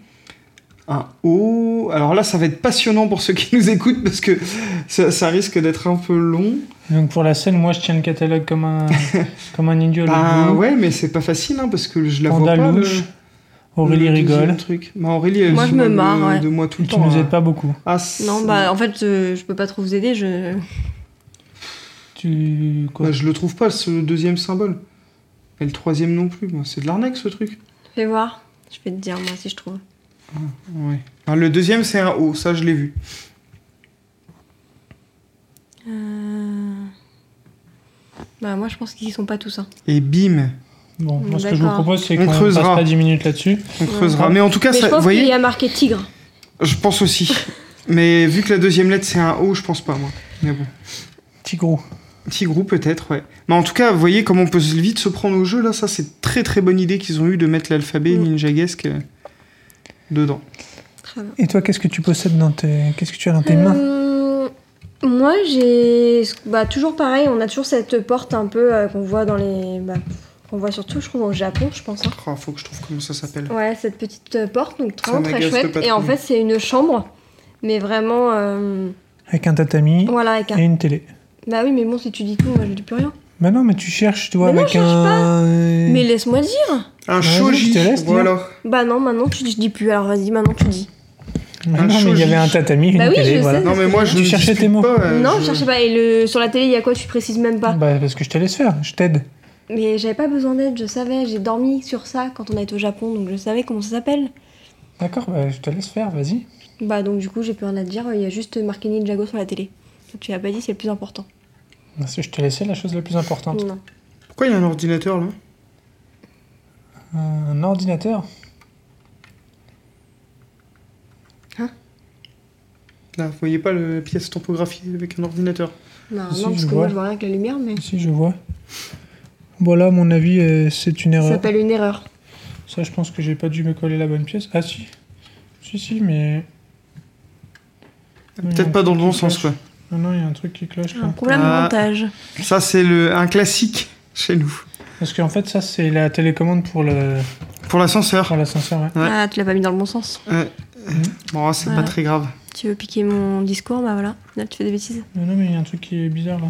S5: Un O. Alors là ça va être passionnant pour ceux qui nous écoutent parce que ça, ça risque d'être un peu long.
S4: Donc pour la scène, moi je tiens le catalogue comme un, comme un idiot. le
S5: Bah
S4: bout.
S5: ouais, mais c'est pas facile hein, parce que je la vois
S4: Panda
S5: pas. le-
S4: louche. Aurélie
S5: le deuxième
S4: rigole.
S5: Truc. Bah Aurélie, elle
S2: Moi,
S5: se
S2: je me
S5: moque de-
S2: marre, ouais.
S5: de moi tout
S4: Et
S5: le
S4: tu
S5: temps.
S4: nous
S5: hein.
S4: aides pas beaucoup.
S5: Ah, c'est-
S2: Non, bah en fait, euh, je peux pas trop vous aider. Je...
S4: Tu quoi
S5: bah, je le trouve pas ce deuxième symbole. Et le troisième non plus. Bah, c'est de l'arnaque ce truc.
S2: Fais voir. Je vais te dire, moi, si je trouve.
S5: Ouais. Ah, le deuxième c'est un O, ça je l'ai vu.
S2: Euh, Bah, moi, je pense qu'ils sont pas tous. Hein.
S5: Et bim,
S4: Bon, moi, ce que je vous
S2: D'accord.
S4: propose, c'est
S5: On
S4: qu'on passe
S5: creusera.
S4: pas 10 minutes là-dessus.
S5: on creusera.
S4: Ouais.
S5: Mais en tout cas,
S2: Mais
S5: ça,
S2: je
S5: vous
S2: pense qu'il
S5: voyez,
S2: y a marqué tigre.
S5: je pense aussi. mais vu que la deuxième lettre c'est un O, je pense pas moi. Mais bon.
S4: Tigrou.
S5: Petit groupe peut-être, ouais. Mais en tout cas, vous voyez comment on peut vite se prendre au jeu, là, ça c'est très très bonne idée qu'ils ont eu de mettre l'alphabet
S2: Mm.
S5: ninjaguesque euh, dedans.
S2: Très bien.
S4: Et toi, qu'est-ce que tu possèdes dans tes, qu'est-ce que tu as dans tes mains
S2: Euh, Moi, j'ai. Bah, toujours pareil, on a toujours cette porte un peu euh, qu'on voit dans les. Bah, qu'on voit surtout, je trouve, au Japon, je pense. hein.
S5: Oh, faut que je trouve comment ça s'appelle.
S2: Ouais, cette petite euh, porte, donc
S5: Ça
S2: vraiment très
S5: m'agace de
S2: chouette.
S5: pas
S2: Et en
S5: trouver.
S2: fait, c'est une chambre, mais vraiment. euh,
S4: Avec un tatami
S2: Voilà, avec un.
S4: et une télé.
S2: Bah oui, mais bon, si tu dis tout, moi, je dis plus rien.
S4: Mais non, mais tu cherches, tu vois,
S2: Mais non,
S4: avec
S2: je cherche
S4: un.
S2: Mais laisse-moi dire
S5: Un
S4: Vas-y,
S5: shoji,
S4: je te laisse dire.
S5: voilà.
S2: Bah non, maintenant, tu dis, je dis plus, alors vas-y, maintenant, tu dis.
S4: Mais
S5: Un
S4: Bah non, mais il y
S5: shoji.
S4: avait un tatami et
S2: Bah
S4: une
S2: oui,
S4: télé,
S2: je
S4: voilà.
S2: sais.
S5: Non mais moi je
S4: Tu
S5: ne
S4: cherchais
S5: discute
S4: tes mots.
S5: pas, euh,
S2: non, je cherchais pas. Et le... sur la télé, il y a quoi Tu précises même pas.
S4: Bah, parce que je te laisse faire, je t'aide.
S2: Mais j'avais pas besoin d'aide, je savais, j'ai dormi sur ça quand on a été au Japon, donc je savais comment ça s'appelle.
S4: D'accord, bah, je te laisse faire, vas-y.
S2: Bah donc du coup j'ai plus rien à te dire, il y a juste marqué Ninjago sur la télé. Tu l'as pas dit, c'est le plus important.
S4: Parce que je te laissais la chose la plus importante.
S2: Non.
S5: Pourquoi il y a un ordinateur là
S4: Un ordinateur
S5: Là, vous voyez pas le- la pièce topographiée avec un ordinateur
S2: Non,
S4: Si,
S2: non, parce
S4: je
S2: que moi
S4: vois.
S2: je vois rien que la lumière, mais
S4: Si, je vois. Voilà, à mon avis, euh, c'est une
S2: ça
S4: erreur.
S2: s'appelle une erreur.
S4: Ça, je pense que j'ai pas dû me coller la bonne pièce. Ah, si. Si, si, mais. Oui, il y a
S5: Peut-être
S4: un
S5: pas dans le
S4: truc
S5: bon
S4: qui
S5: sens,
S4: cloche. Non,
S5: quoi.
S4: non, il y a un truc qui cloche
S2: Un
S4: là.
S2: problème
S5: Ah.
S2: de montage.
S5: Ça c'est le un classique chez nous.
S4: Parce qu'en fait, ça, c'est la télécommande pour le
S5: Pour l'ascenseur.
S4: pour l'ascenseur, ouais.
S5: Ouais.
S2: Ah, tu l'as pas mis dans le bon sens.
S5: Ouais. Bon, ah, c'est
S2: Voilà.
S5: pas très grave.
S2: Tu veux piquer mon discours, bah voilà. Là tu fais des bêtises.
S4: Non, non, mais il y a un truc qui est bizarre là.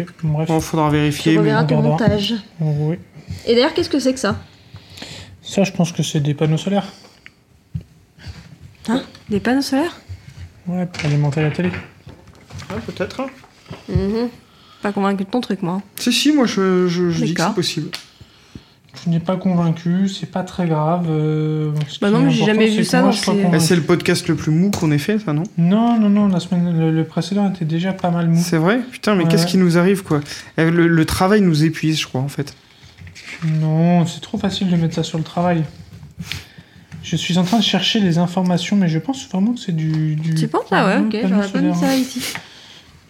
S4: Ok, bon, bref.
S5: Bon, faudra
S2: Tu
S5: vérifier. mais-
S2: reverras ton
S4: regardera.
S2: montage.
S4: Oui.
S2: Et d'ailleurs, qu'est-ce que c'est que ça
S4: Ça, je pense que c'est des panneaux solaires.
S2: Hein Des panneaux solaires
S4: Ouais, pour alimenter la télé.
S5: Ouais, peut-être. hein.
S2: Mhm. Pas convaincu de ton truc, moi.
S5: Si si, moi je, je, je dis que
S2: D'accord.
S5: c'est possible.
S4: Je n'ai pas convaincu, c'est pas très grave. euh, ce
S2: Bah
S4: qui
S2: non,
S4: est
S2: mais j'ai
S4: important,
S2: jamais
S4: c'est
S2: vu
S4: que
S2: ça,
S4: moi,
S2: donc
S4: je sois
S2: c'est-
S5: Eh,
S4: convaincu.
S5: c'est le podcast le plus mou qu'on ait fait, ça, non
S4: Non, non, non, la semaine, le, le précédent était déjà pas mal mou.
S5: C'est vrai Putain, mais
S4: Ouais,
S5: qu'est-ce
S4: ouais.
S5: qui nous arrive, quoi Eh, le, le travail nous épuise, je crois, en fait.
S4: Non, c'est trop facile de mettre ça sur le travail. Je suis en train de chercher les informations, mais je pense vraiment que c'est du, du.
S2: Tu penses Ah ouais,
S4: du
S2: ok,
S4: panneau
S2: j'aurais pas mis
S4: solaire.
S2: ça ici.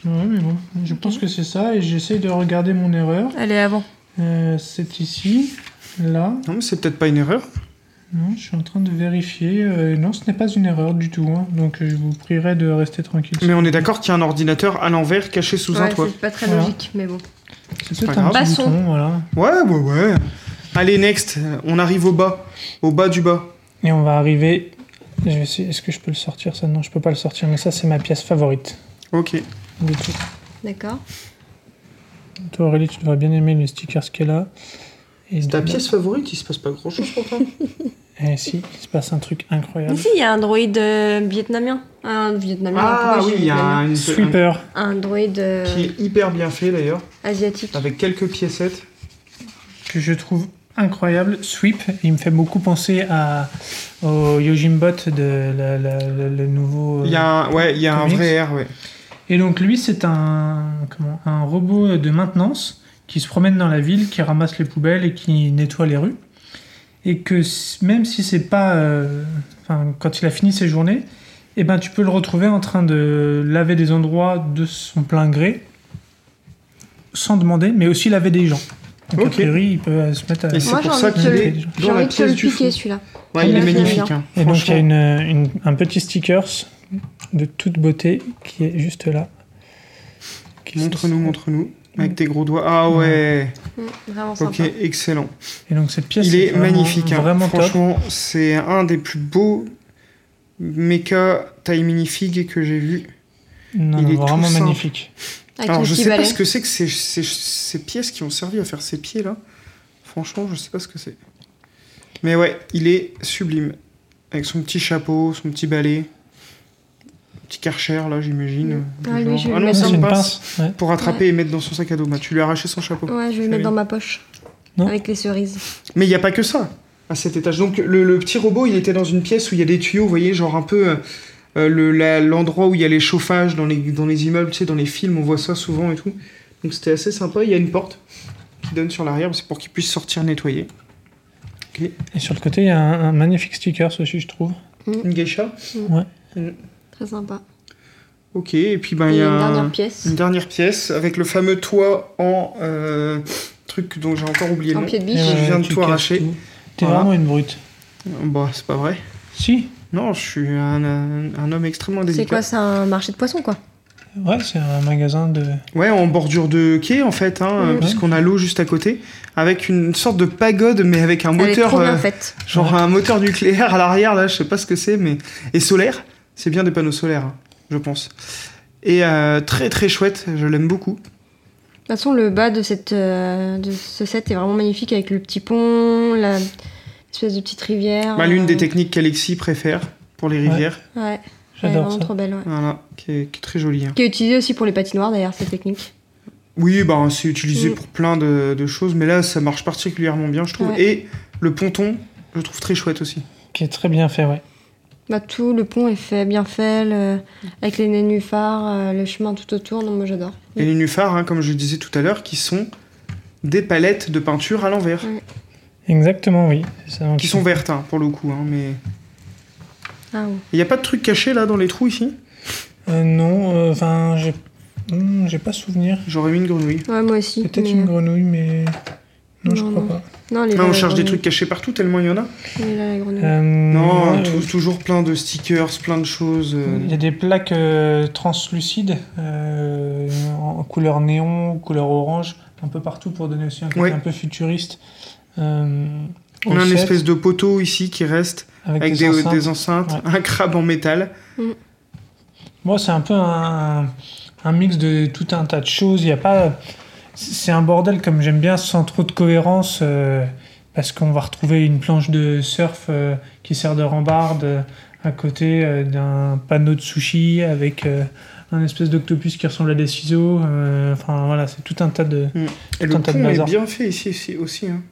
S4: Ouais, mais bon, je pense que c'est ça, et j'essaye de regarder mon erreur.
S2: Allez, avant.
S4: Euh, c'est ici, là.
S5: Non, mais c'est peut-être pas une erreur.
S4: Non, je suis en train de vérifier. euh, non, ce n'est pas une erreur du tout. hein. Donc, euh, je vous prierai de rester tranquille.
S5: Mais on est d'accord qu'il y a un ordinateur à l'envers caché sous un
S2: Ouais,
S5: toit.
S2: c'est pas très
S4: Voilà.
S2: logique, mais bon.
S4: C'est
S5: c'est
S4: peut-être
S5: pas
S4: un
S5: grave.
S4: petit
S2: Passons.
S4: bouton, voilà.
S5: Ouais, ouais, ouais. Allez, next. Euh, On arrive au bas. Au bas du bas.
S4: Et on va arriver. Je vais essayer- Est-ce que je peux le sortir ça Non, je peux pas le sortir. Mais ça, c'est ma pièce favorite
S5: Ok.
S4: de tout.
S2: D'accord.
S4: Toi, Aurélie, tu devrais bien aimer les stickers qu'elle a. Et
S5: Ta
S4: de-
S5: pièce favorite, il se passe pas grand-chose pour toi
S4: Eh si, il se passe un truc incroyable.
S2: Ici, il y a un droïde euh, vietnamien. Un vietnamien.
S5: Ah
S2: pourquoi
S5: oui,
S2: je dis
S5: il y a
S2: vietnamien
S5: une
S4: Sweeper.
S2: Un droïde euh,
S5: un- Ah, qui est hyper bien fait, d'ailleurs,
S2: asiatique.
S5: avec quelques piécettes.
S4: que je trouve incroyable, Sweep. Il me fait beaucoup penser à, au Yojimbot de la- la- la- le nouveau. euh,
S5: Il y a un, ouais, il y a un
S4: Comics.
S5: vrai air, ouais.
S4: Et donc lui, c'est un, comment, un robot de maintenance qui se promène dans la ville, qui ramasse les poubelles et qui nettoie les rues. Et que s- même si c'est pas... euh, Enfin, quand il a fini ses journées, eh ben, tu peux le retrouver en train de laver des endroits de son plein gré, sans demander, mais aussi laver des gens. Donc a
S5: Ok
S4: priori, il peut euh, se mettre à...
S5: Et c'est
S2: Moi,
S5: pour
S2: j'ai
S5: ça
S2: envie
S5: qu'il
S2: de-
S5: est
S2: J'ai
S5: dans la
S2: envie de te le
S5: pièce du fou.
S2: piquer celui-là.
S5: Ouais, il est
S2: Ouais,
S5: magnifique.
S2: c'est
S5: hein.
S4: Et donc il y a
S5: Franchement.
S4: une, une- un petit sticker de toute beauté qui est juste là. Qui-
S5: Montre-nous, montre-nous.
S4: Mm.
S5: Avec tes gros doigts. Ah ouais.
S2: Mm, vraiment sympa.
S5: Ok, excellent.
S4: Et donc cette pièce
S5: Il
S4: est
S5: est
S4: vraiment-
S5: magnifique. hein.
S4: Vraiment top.
S5: Franchement, c'est un des plus beaux mecha taille minifig que j'ai vu.
S4: Non,
S5: il
S4: non,
S5: est tout
S4: vraiment
S5: simple.
S4: magnifique.
S2: Avec
S5: Alors
S2: le
S5: je
S2: petit
S5: sais pas
S2: balai.
S5: ce que c'est que ces, ces- ces pièces qui ont servi à faire ces pieds là. Franchement, je sais pas ce que c'est. Mais ouais, il est sublime. Avec son petit chapeau, son petit balai. Petit karcher là, j'imagine.
S2: Ah,
S5: du genre.
S2: lui, je vais
S5: Ah
S2: le
S5: non,
S2: mettre
S5: c'est
S2: dans-
S5: une pince.
S4: ouais.
S5: Pour attraper et mettre dans son sac à dos. Bah, tu lui as arraché son chapeau.
S2: Ouais, je vais le mettre dans ma poche.
S4: Non.
S2: Avec les cerises.
S5: Mais il n'y a pas que ça à cet étage. Donc le, le petit robot, il était dans une pièce où il y a des tuyaux, vous voyez, genre un peu euh, euh, le- la- l'endroit où il y a les chauffages dans les, dans les immeubles, tu sais, dans les films, on voit ça souvent et tout. Donc c'était assez sympa. Il y a une porte qui donne sur l'arrière, c'est pour qu'il puisse sortir nettoyer.
S4: Et sur le côté, il y a un, un magnifique sticker aussi, je trouve.
S5: Une geisha.
S2: Très sympa.
S5: Ok, et puis ben
S2: Et
S5: il y a
S2: une
S5: un-
S2: dernière pièce.
S5: une dernière pièce avec le fameux toit en euh, truc dont j'ai encore oublié le
S2: En
S5: nom.
S2: pied de
S4: Et euh,
S2: biche.
S5: ouais. viens de
S4: tu
S5: tout
S4: casses
S5: arracher.
S4: tout. T'es
S5: Voilà.
S4: vraiment une brute.
S5: Bah c'est pas vrai.
S4: Si,
S5: Non, je suis un, un- un homme extrêmement délicat.
S2: C'est quoi C'est un marché de poissons, quoi.
S4: ouais, c'est un magasin de.
S5: Ouais, en bordure de quai en fait, hein, euh, puisqu'on a l'eau juste à côté, avec une sorte de pagode, mais avec un
S2: Elle est
S5: moteur,
S2: trop bien
S5: euh,
S2: faite.
S5: genre un moteur nucléaire à l'arrière là, je sais pas ce que c'est, mais et solaire, c'est bien des panneaux solaires, hein, je pense. Et euh, très très chouette, je l'aime beaucoup.
S2: De toute façon, le bas de, cette, euh, de ce set est vraiment magnifique avec le petit pont, la espèce de petite rivière.
S5: Bah, L'une
S2: euh,
S5: des techniques qu'Alexis préfère pour les
S4: Ouais.
S5: rivières,
S2: Ouais, elle est
S4: J'adore
S2: vraiment
S4: ça.
S2: trop belle. ouais.
S5: voilà, qui est, qui est très jolie. hein.
S2: Qui est utilisée aussi pour les patinoires d'ailleurs, cette technique.
S5: Oui, bah, c'est utilisé
S2: Mm.
S5: pour plein de, de choses, mais là ça marche particulièrement bien, je trouve.
S2: Ouais.
S5: Et le ponton, je trouve très chouette aussi.
S4: Qui est très bien fait, ouais.
S2: Bah, tout le pont est fait, bien fait, le- avec les nénuphars, euh, le chemin tout autour. Non, moi j'adore.
S5: Et les nénuphars, hein, comme je le disais tout à l'heure, qui sont des palettes de peinture à l'envers,
S2: Mm.
S4: Exactement, oui. C'est ça.
S5: qui sont vertes hein, pour le coup. hein, mais
S2: Ah ouais.
S5: il n'y a pas de truc caché là dans les trous ici.
S4: Euh, non, euh, enfin, j'ai. Hmm, j'ai pas souvenir.
S5: J'aurais mis une grenouille.
S2: Ouais, moi aussi.
S4: Peut-être
S2: mais,
S4: une
S2: euh,
S4: grenouille, mais. Non, je
S2: Non,
S4: crois
S2: non.
S4: pas.
S2: Non, elle est
S5: Ah,
S2: là,
S5: on
S2: la
S5: cherche des
S2: grenouille.
S5: trucs cachés partout tellement il y en a.
S2: Elle est là, la grenouille.
S4: Euh,
S5: Non,
S4: Mm. ouais, Mm.
S5: tou- toujours plein de stickers, plein de choses. euh,
S4: Il y a des plaques euh, translucides euh, en en couleur néon, couleur orange, un peu partout pour donner aussi un côté
S5: Ouais.
S4: un peu futuriste. euh,
S5: On
S4: au
S5: a un
S4: set,
S5: espèce de poteau ici qui reste
S4: avec,
S5: avec
S4: des,
S5: des,
S4: enceintes.
S5: des enceintes,
S4: Ouais.
S5: un crabe en métal.
S4: Moi, c'est un peu un, un mix de tout un tas de choses. Il y a pas, c'est un bordel comme j'aime bien, sans trop de cohérence, euh, parce qu'on va retrouver une planche de surf euh, qui sert de rambarde euh, à côté euh, d'un panneau de sushi avec euh, un espèce d'octopus qui ressemble à des ciseaux. euh, Enfin voilà, c'est tout un tas de.
S5: Et le
S4: Tout un tas de
S5: pont est
S4: bazar.
S5: bien fait ici, ici aussi. hein.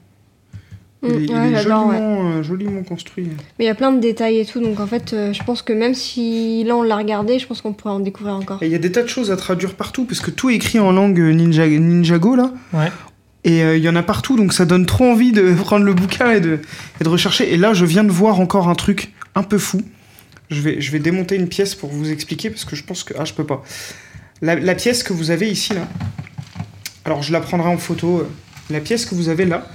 S2: Mm,
S5: Il est, il
S2: ouais,
S5: est joliment,
S2: j'adore, ouais.
S5: euh, joliment construit.
S2: Mais il y a plein de détails et tout, donc en fait, euh, je pense que même si là on l'a regardé, je pense qu'on pourrait en découvrir encore.
S5: Et il y a des tas de choses à traduire partout, parce que tout est écrit en langue euh, ninja, ninjago, là.
S4: Ouais.
S5: Et euh, il y en a partout, donc ça donne trop envie de prendre le bouquin et de, et de rechercher. Et là, je viens de voir encore un truc un peu fou. Je vais, je vais démonter une pièce pour vous expliquer, parce que je pense que... Ah, je peux pas. La, la pièce que vous avez ici, là... Alors, je la prendrai en photo. euh. La pièce que vous avez là,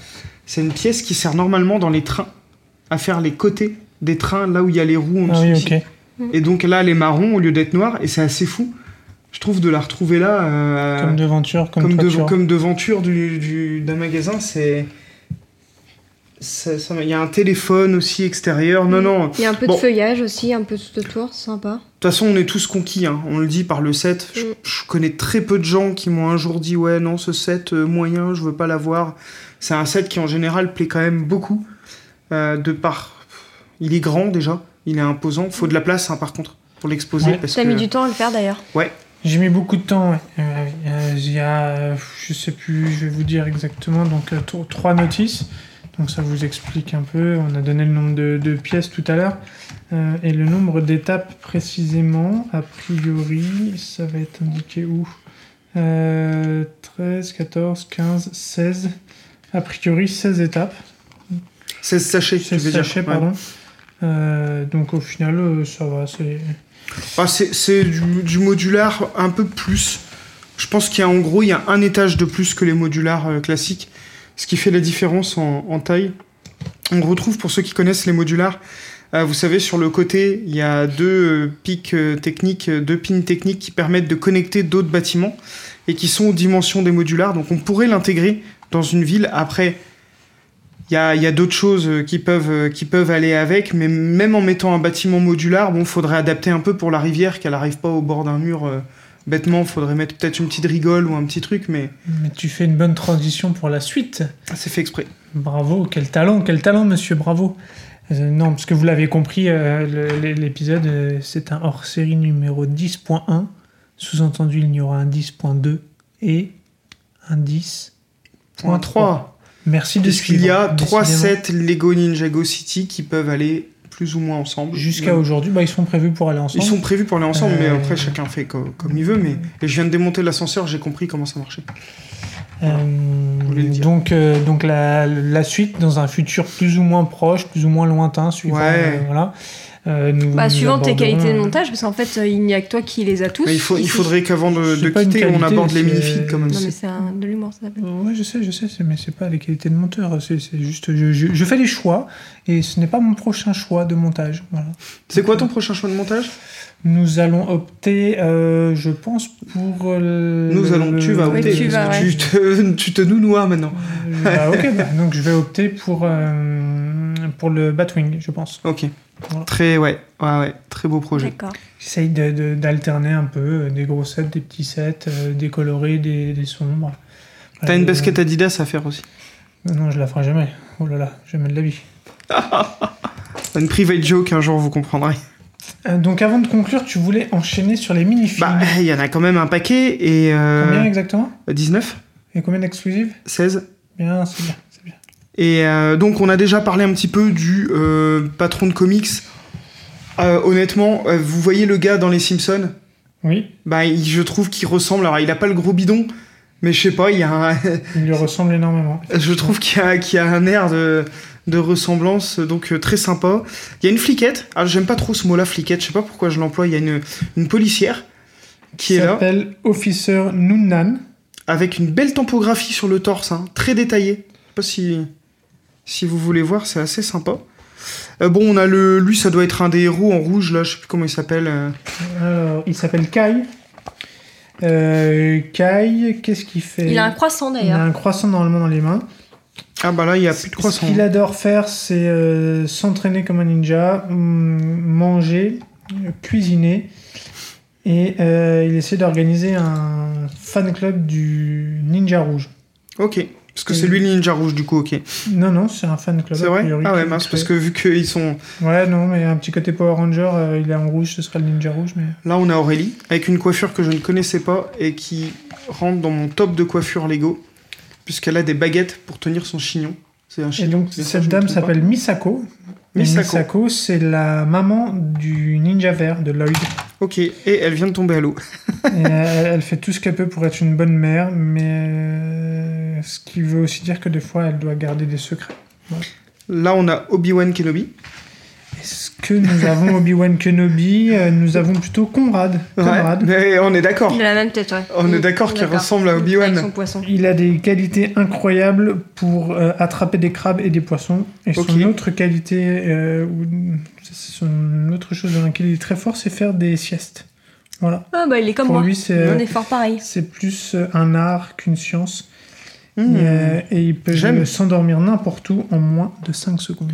S5: c'est une pièce qui sert normalement dans les trains, à faire les côtés des trains, là où il y a les roues en
S4: Ah
S5: dessous.
S4: oui,
S5: ici.
S4: ok.
S5: Et donc là, elle est marron au lieu d'être noire, et c'est assez fou, je trouve, de la retrouver là, euh,
S4: Comme devanture, comme,
S5: comme, de-
S4: toiture.
S5: comme devanture du- du- d'un magasin. C'est. ça- ça- Il y a un téléphone aussi extérieur. Non, non. De
S2: Il y a un peu
S5: Bon.
S2: de feuillage aussi, un peu tout autour, c'est sympa.
S5: toute façon, on est tous conquis, hein. on le dit par le set. Je,
S2: Mm.
S5: je connais très peu de gens qui m'ont un jour dit Ouais, non, ce set euh, moyen, je veux pas l'avoir. C'est un set qui, en général, plaît quand même beaucoup. euh, de par. Il est grand déjà, il est imposant. Faut de la place, hein, par contre, pour l'exposer.
S4: Ouais.
S5: parce
S2: T'as
S5: que...
S2: mis Mm. du temps à le faire d'ailleurs.
S4: J'ai mis beaucoup de temps. ouais. Euh, Il y a, euh, je sais plus, je vais vous dire exactement, donc euh, tro- trois notices. Donc ça vous explique un peu. On a donné le nombre de, de pièces tout à l'heure. Euh, et le nombre d'étapes précisément, a priori, ça va être indiqué où Euh, 13, 14, 15, 16. A priori, 16 étapes.
S5: 16 sachets, tu
S4: 16
S5: veux dire.
S4: sachets,
S5: Ouais.
S4: pardon. Euh, donc au final, euh, ça va. C'est...
S5: Ah, c'est c'est du, du modular un peu plus. Je pense qu'il y a en gros, il y a un étage de plus que les modulars euh, classiques, ce qui fait la différence en, en taille. On retrouve, pour ceux qui connaissent les modulars, euh, vous savez, sur le côté, il y a deux euh, pics euh, techniques, euh, deux pins techniques qui permettent de connecter d'autres bâtiments et qui sont aux dimensions des modulars. Donc on pourrait l'intégrer dans une ville. Après, il y a, il y a d'autres choses euh, qui peuvent, euh, qui peuvent aller avec, mais même en mettant un bâtiment modular, bon, faudrait adapter un peu pour la rivière, qu'elle n'arrive pas au bord d'un mur euh, bêtement. Faudrait mettre peut-être une petite rigole ou un petit truc, mais
S4: Mais tu fais une bonne transition pour la suite.
S5: ah, c'est fait exprès.
S4: Bravo, quel talent, quel talent, monsieur, bravo. Euh, non, parce que vous l'avez compris, euh, le- l'é- l'épisode, euh, c'est un hors-série numéro 10.1. Sous-entendu, il y aura un 10.2 et un 10.3.
S5: Point 3.
S4: Merci de suivre.
S5: Puisqu'il y a 3
S4: hein, décidément.
S5: sets Lego Ninjago City qui peuvent aller plus ou moins ensemble.
S4: Jusqu'à aujourd'hui, bah, ils sont prévus pour aller ensemble.
S5: Ils sont prévus pour aller ensemble, mais
S4: Euh,
S5: après chacun fait co- comme, il veut. Mais et je viens de démonter l'ascenseur, j'ai compris comment ça marchait.
S4: Euh,
S5: voulais le dire.
S4: donc, euh, donc la, la suite dans un futur plus ou moins proche, plus ou moins lointain, suivant.
S5: Ouais.
S4: euh, voilà. Euh, nous-
S2: Bah,
S4: nous
S2: suivant tes
S4: aborderons,
S2: qualités de
S4: euh,
S2: montage, parce qu'en fait, euh, il n'y a que toi qui les a tous.
S5: Mais il, faut, il
S2: ici.
S5: faudrait qu'avant de,
S4: C'est
S5: de
S4: pas une
S5: quitter, on
S4: qualité,
S5: aborde les
S4: c'est-
S5: minifigs quand même.
S2: Non, mais
S5: C'est-
S2: c'est un... de l'humour, ça s'appelle.
S4: Ouais, je sais, je sais, c'est- mais c'est pas les qualités de monteur, c'est c'est juste. Je, je- je fais les choix et ce n'est pas mon prochain choix de montage. Voilà.
S5: C'est quoi ton prochain choix de montage
S4: Nous allons opter, euh, je pense, pour. euh,
S5: Nous
S4: le-
S5: allons, tu vas
S4: le-
S5: opter.
S2: Oui, tu vas,
S5: parce que
S2: ouais.
S5: tu te, tu te nounouas maintenant.
S4: Euh, bah, ok, bah, donc je vais opter pour, euh, pour le Batwing, je pense.
S5: Ok.
S4: Voilà.
S5: Très, ouais, ouais, ouais, très beau projet.
S2: D'accord.
S4: J'essaye de- de- d'alterner un peu euh, des gros sets, des petits sets, euh, des colorés, des, des sombres.
S5: T'as une
S4: Euh,
S5: basket Adidas à faire aussi.
S4: Non, je la ferai jamais. Oh là là, jamais de la vie.
S5: Une private joke, un jour vous comprendrez.
S4: Euh, donc avant de conclure, tu voulais enchaîner sur les mini-films.
S5: Bah, il y en a quand même un paquet et. euh,
S4: Combien exactement
S5: 19
S4: Et combien d'exclusives
S5: 16
S4: Bien, c'est bien, c'est bien.
S5: Et euh, donc on a déjà parlé un petit peu du euh, patron de comics. Euh, honnêtement, euh, vous voyez le gars dans Les Simpsons
S4: Oui,
S5: bah, il- je trouve qu'il ressemble. Alors, il a pas le gros bidon, mais je sais pas, il y a un-
S4: il lui ressemble énormément.
S5: je trouve qu'il y, a- qu'il y a un air de, de ressemblance, donc euh, très sympa. Il y a une fliquette. Alors, j'aime pas trop ce mot-là, fliquette. Je sais pas pourquoi je l'emploie. Il y a une, une policière qui est là,
S4: s'appelle Officer Noonan.
S5: avec une belle topographie sur le torse, hein, très détaillée. Je sais pas si, si vous voulez voir, c'est assez sympa. Euh, bon, on a le. Lui, ça doit être un des héros en rouge, là, je sais plus comment il s'appelle. euh.
S4: Alors, il s'appelle Kai. Euh, Kai, qu'est-ce qu'il fait
S2: Il a un croissant
S4: Il a
S2: d'ailleurs.
S4: un croissant normalement dans les mains.
S5: Ah, bah là, il y a plus de croissant.
S4: Ce qu'il adore faire, c'est euh, s'entraîner comme un ninja, mm, manger, euh, cuisiner. Et euh, il essaie d'organiser un fan club du Ninja Rouge.
S5: Ok. Parce que c'est lui le ninja rouge, du coup, ok.
S4: Non, non, c'est un fan club.
S5: C'est
S4: a
S5: vrai
S4: priori,
S5: Ah ouais,
S4: qu'il
S5: mince,
S4: crée.
S5: parce que vu qu'ils sont...
S4: Ouais, non, mais un petit côté Power Ranger, euh, il est en rouge, ce serait le ninja rouge, mais.
S5: Là, on a Aurélie, avec une coiffure que je ne connaissais pas et qui rentre dans mon top de coiffure Lego, puisqu'elle a des baguettes pour tenir son chignon. C'est un
S4: Et
S5: chignon.
S4: donc,
S5: bien sûr,
S4: cette
S5: je me
S4: dame
S5: trompe pas.
S4: s'appelle Misako. Et
S5: Misako.
S4: Misako, c'est la maman du ninja vert de Lloyd.
S5: Ok, et elle vient de tomber à l'eau.
S4: Et elle, elle fait tout ce qu'elle peut pour être une bonne mère, mais euh, ce qui veut aussi dire que des fois, elle doit garder des secrets.
S5: Là, on a Obi-Wan Kenobi.
S4: Est-ce que nous avons Obi-Wan Kenobi euh, Nous avons plutôt Conrad. Conrad.
S5: Ouais, mais on est d'accord.
S2: Il a la même tête, ouais.
S5: On est d'accord qu'il ressemble à Obi-Wan.
S2: Avec son poisson.
S4: Il a des qualités incroyables pour euh, attraper des crabes et des poissons. Et son
S5: Ok.
S4: autre qualité, euh, ou c'est son autre chose dans laquelle il est très fort, c'est faire des siestes. Voilà.
S2: Ah bah il est comme
S4: pour
S2: moi.
S4: lui, c'est
S5: euh,
S4: euh,
S2: On est fort pareil.
S4: c'est plus euh, un art qu'une science.
S5: Hmm.
S4: Et, euh, et il peut
S5: J'aime.
S4: euh, s'endormir n'importe où en moins de 5 secondes.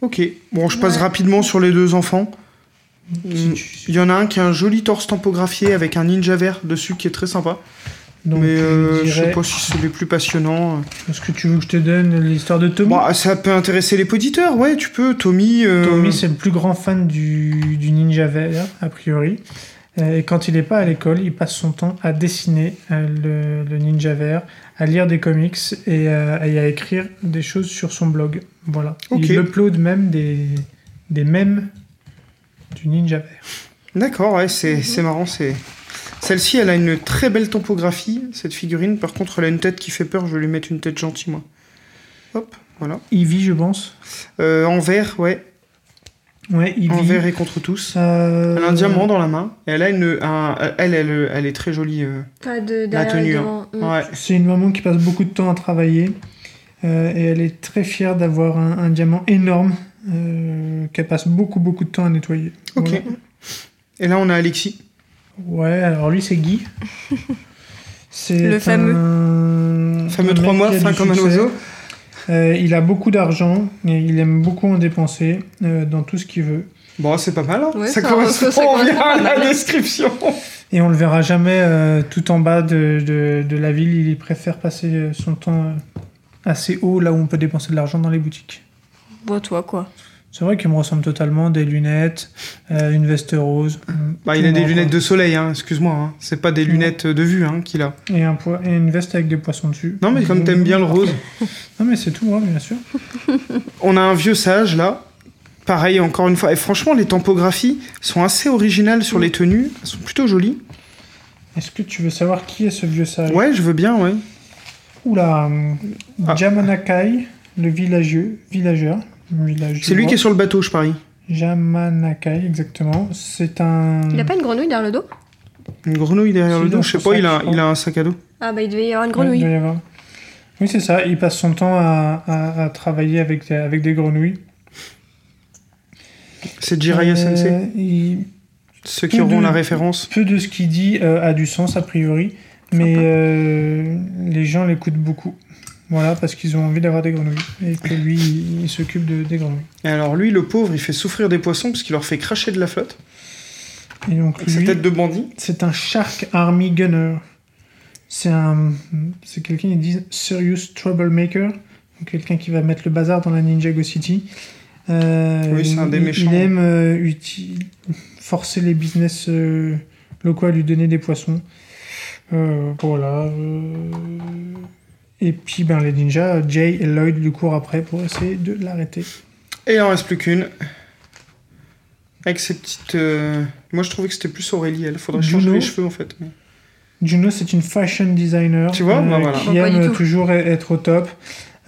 S5: Ok, bon, je passe
S2: Ouais.
S5: rapidement sur les deux enfants.
S4: Si
S5: Hmm.
S4: tu-
S5: Il y en a un qui a un joli torse tampographié avec un ninja vert dessus qui est très sympa.
S4: Donc,
S5: mais euh,
S4: je
S5: je sais
S4: dirais-
S5: pas si c'est les plus passionnants.
S4: Est-ce que tu veux que je te donne l'histoire de Tommy
S5: Bon, ça peut intéresser les poditeurs, ouais, tu peux. Tommy. euh,
S4: Tommy, c'est le plus grand fan du, du ninja vert, a priori. Euh, Et quand il n'est pas à l'école, il passe son temps à dessiner euh, le, le ninja vert, à lire des comics et, euh, et à écrire des choses sur son blog. Voilà.
S5: Ok.
S4: Il upload même des, des mèmes du ninja vert.
S5: D'accord, ouais, c'est
S4: Mhm.
S5: c'est marrant. C'est Celle-ci, elle a une très belle topographie, cette figurine. Par contre, elle a une tête qui fait peur. Je vais lui mettre une tête gentille, moi. Hop, voilà.
S4: Ivy, je pense.
S5: Euh, en vert, ouais.
S4: Ouais, Ivy.
S5: En vert et contre tous.
S4: Euh,
S5: Elle a un diamant dans la main. Et elle a une. un- elle, elle, elle est très jolie. euh.
S2: Pas de
S5: La
S2: derrière
S5: tenue.
S2: et
S5: hein.
S2: devant. Mm.
S5: Ouais.
S4: C'est une maman qui passe beaucoup de temps à travailler euh, et elle est très fière d'avoir un, un diamant énorme euh, qu'elle passe beaucoup beaucoup de temps à nettoyer.
S5: Ok.
S4: Voilà.
S5: Et là, on a Alexis.
S4: Ouais, alors lui c'est Guy. C'est
S2: Le
S4: un-
S2: fameux.
S4: un
S5: Fameux
S4: mec
S5: trois mois,
S4: qui a
S5: fin
S4: du
S5: comme un
S4: succès.
S5: oiseau.
S4: Euh, il a beaucoup d'argent et il aime beaucoup en dépenser euh, dans tout ce qu'il veut.
S5: Bon, c'est pas mal. hein.
S2: Ouais,
S5: ça
S2: ça-
S5: correspond
S2: ça correspond
S5: bien à
S2: pas
S5: la
S2: mal.
S5: description.
S4: Et on le verra jamais euh, tout en bas de, de- de la ville. Il préfère passer euh, son temps euh, assez haut là où on peut dépenser de l'argent dans les boutiques.
S2: Bon, Bah, toi, quoi.
S5: Mm.
S4: C'est vrai qu'il me ressemble totalement, des lunettes, euh, une veste rose.
S5: Bah, il a des lunettes de soleil, hein, excuse-moi. hein. C'est
S4: Mm.
S5: pas des lunettes de vue hein, qu'il a.
S4: Et, un pois- et une veste avec des poissons dessus.
S5: Non, mais comme t'aimes bien le rose.
S4: Non, mais c'est tout, hein, bien sûr.
S5: On a un vieux sage là. Pareil, encore une fois. Et franchement, les tempographies sont assez originales sur les tenues. Elles sont plutôt jolies.
S4: Est-ce que tu veux savoir qui est ce vieux sage
S5: Ouais, je veux bien, ouais.
S4: Oula, hum,
S5: Ah.
S4: Jamanakai, le villagieux, villageur. villageur.
S5: C'est lui qui est sur le bateau, je parie.
S4: Jamanakai, exactement. C'est un.
S2: Il a pas une grenouille derrière le dos
S5: Une grenouille derrière
S4: Si,
S5: le dos,
S4: dans
S5: je sais
S4: son
S5: pas, il a,
S4: sac, je
S5: il a un sac à dos.
S2: Ah, bah, il devait y avoir
S4: Ouais,
S2: une
S4: il
S2: grenouille.
S4: doit y avoir. Oui, c'est ça. Il passe son temps à, à- à travailler avec, des- avec des grenouilles.
S5: C'est Jiraiya
S4: Euh,
S5: Sensei.
S4: il-
S5: Ceux qui
S4: peu
S5: auront
S4: de-
S5: la référence.
S4: Peu de ce qu'il dit euh, a du sens a priori, mais euh, les gens l'écoutent beaucoup. Voilà, parce qu'ils ont envie d'avoir des grenouilles et que lui, il, il s'occupe de, des grenouilles.
S5: Et alors lui, le pauvre, il fait souffrir des poissons parce qu'il leur fait cracher de la flotte.
S4: Et donc
S5: Sa
S4: lui,
S5: tête de bandit.
S4: c'est un Shark Army Gunner. C'est un, c'est quelqu'un ils disent serious troublemaker, donc quelqu'un qui va mettre le bazar dans la Ninjago City. Euh,
S5: Oui, c'est un des
S4: il-
S5: méchants.
S4: Il aime euh, uti- forcer les business euh, locaux à lui donner des poissons. Euh, voilà. euh. Et puis ben les ninjas, Jay et Lloyd lui courent après pour essayer de l'arrêter.
S5: Et il en reste plus qu'une. Avec ses petites... euh, Moi, je trouvais que c'était plus Aurélie, elle. Faudrait changer
S4: Juno.
S5: les cheveux, en fait. mais-
S4: Juno, c'est une fashion designer euh,
S5: Tu vois, bah voilà.
S4: qui
S2: Bah, pas du
S4: aime
S2: tout.
S4: toujours e- être au top.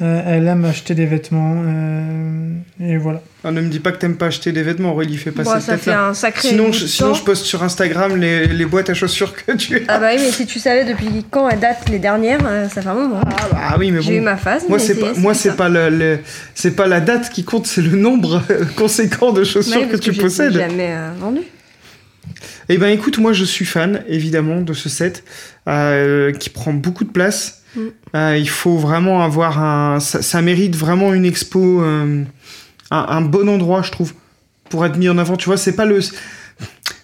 S4: Euh, elle aime acheter des vêtements. euh, et voilà.
S5: Ah, ne me dis pas que t'aimes pas acheter des vêtements, Aurélie, fais pas
S2: Bon,
S5: cette
S2: ça fait
S5: tête-là.
S2: un sacré.
S5: Sinon,
S2: bout
S5: je,
S2: de
S5: sinon
S2: temps.
S5: je poste sur Instagram les, les boîtes à chaussures que tu as.
S2: Ah, bah oui, mais si tu savais depuis quand elle date les dernières, euh, ça fait un moment.
S5: Ah, bah, oui, mais
S2: J'ai eu
S5: bon.
S2: ma phase.
S5: Moi,
S2: mais
S5: c'est pas, moi, c'est
S2: ça.
S5: pas le, le- c'est pas la date qui compte, c'est le nombre conséquent de
S2: Ouais,
S5: chaussures que
S2: parce
S5: tu
S2: je l'ai
S5: possèdes.
S2: jamais euh, vendu.
S5: Eh ben écoute, moi je suis fan évidemment de ce set euh, qui prend beaucoup de place.
S2: Mm.
S5: Euh, il faut vraiment avoir un, ça, ça mérite vraiment une expo, euh, un, un bon endroit je trouve pour être mis en avant. Tu vois, c'est pas le,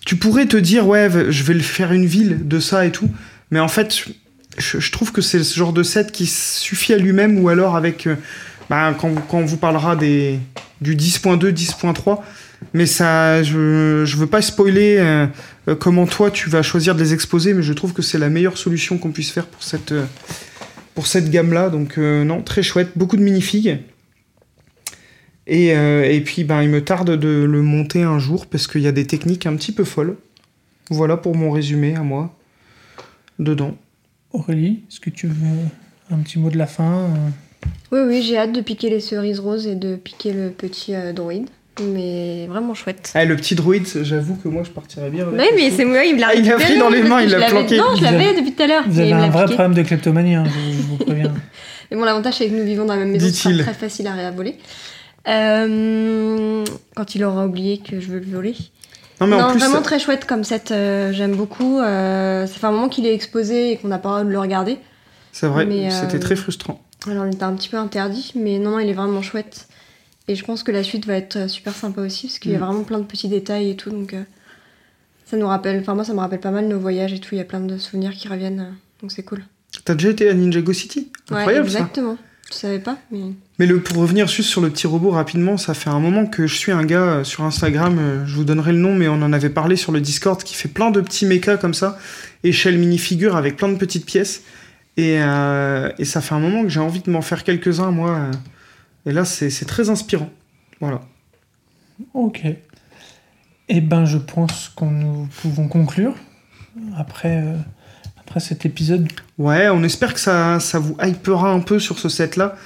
S5: tu pourrais te dire ouais v- je vais le faire une ville de ça et tout, mais en fait je, je trouve que c'est ce genre de set qui suffit à lui-même ou alors avec, euh, bah, quand, quand on vous parlera des du 10.2, 10.3. Mais ça, je, je veux pas spoiler euh, euh, comment toi tu vas choisir de les exposer, mais je trouve que c'est la meilleure solution qu'on puisse faire pour cette, euh, pour cette gamme-là. Donc euh, non, très chouette, beaucoup de minifigs. Et, euh, et puis ben, il me tarde de le monter un jour parce qu'il y a des techniques un petit peu folles. Voilà pour mon résumé à moi dedans.
S4: Aurélie, est-ce que tu veux un petit mot de la fin euh,
S2: Oui, oui, j'ai hâte de piquer les cerises roses et de piquer le petit euh, droïde. Mais vraiment chouette.
S5: Ah, le petit droïde, j'avoue que moi je partirais bien. avec
S2: Oui,
S5: le
S2: mais
S5: sou.
S2: c'est moi, il me l'a
S5: Ah, il l'a
S2: récupéré,
S5: pris dans les
S2: parce
S5: mains,
S2: que
S5: il
S2: je
S5: l'a
S2: l'avais-
S5: planqué.
S2: Non, je
S4: Vous
S2: l'avais
S4: avez-
S2: depuis tout à l'heure.
S4: Vous
S2: mais
S4: avez
S2: il me
S4: un
S2: l'a
S4: vrai
S2: piqué.
S4: problème de kleptomanie, hein, je, je vous préviens.
S2: Mais bon, l'avantage, c'est que nous vivons dans la même maison, c'est
S5: Dit-il.
S2: pas très facile à réavoler. Euh, quand il aura oublié que je veux le voler.
S5: Non, mais
S2: Non,
S5: en plus,
S2: vraiment très chouette comme set, euh, j'aime beaucoup. euh, ça fait un moment qu'il est exposé et qu'on n'a pas le droit de le regarder.
S5: c'est vrai,
S2: mais, euh,
S5: c'était très frustrant.
S2: Alors on était un petit peu interdit, mais non, non, il est vraiment chouette. Et je pense que la suite va être euh, super sympa aussi, parce qu'il y a
S5: Mm.
S2: vraiment plein de petits détails et tout, donc euh, ça nous rappelle, enfin moi ça me rappelle pas mal nos voyages et tout, il y a plein de souvenirs qui reviennent, euh, donc c'est cool.
S5: T'as déjà été à Ninjago City
S2: Ouais,
S5: Incroyable ça.
S2: exactement. Je savais pas, mais.
S5: Mais le, pour revenir juste sur le petit robot rapidement, ça fait un moment que je suis un gars euh, sur Instagram, euh, je vous donnerai le nom, mais on en avait parlé sur le Discord, qui fait plein de petits mechas comme ça, échelle minifigure avec plein de petites pièces. Et, euh, et ça fait un moment que j'ai envie de m'en faire quelques-uns, moi. euh, Et là, c'est c'est très inspirant. Voilà.
S4: Ok. Eh ben, je pense qu'on nous pouvons conclure après, euh, après cet épisode.
S5: Ouais, on espère que ça, ça vous hypera un peu sur ce set-là,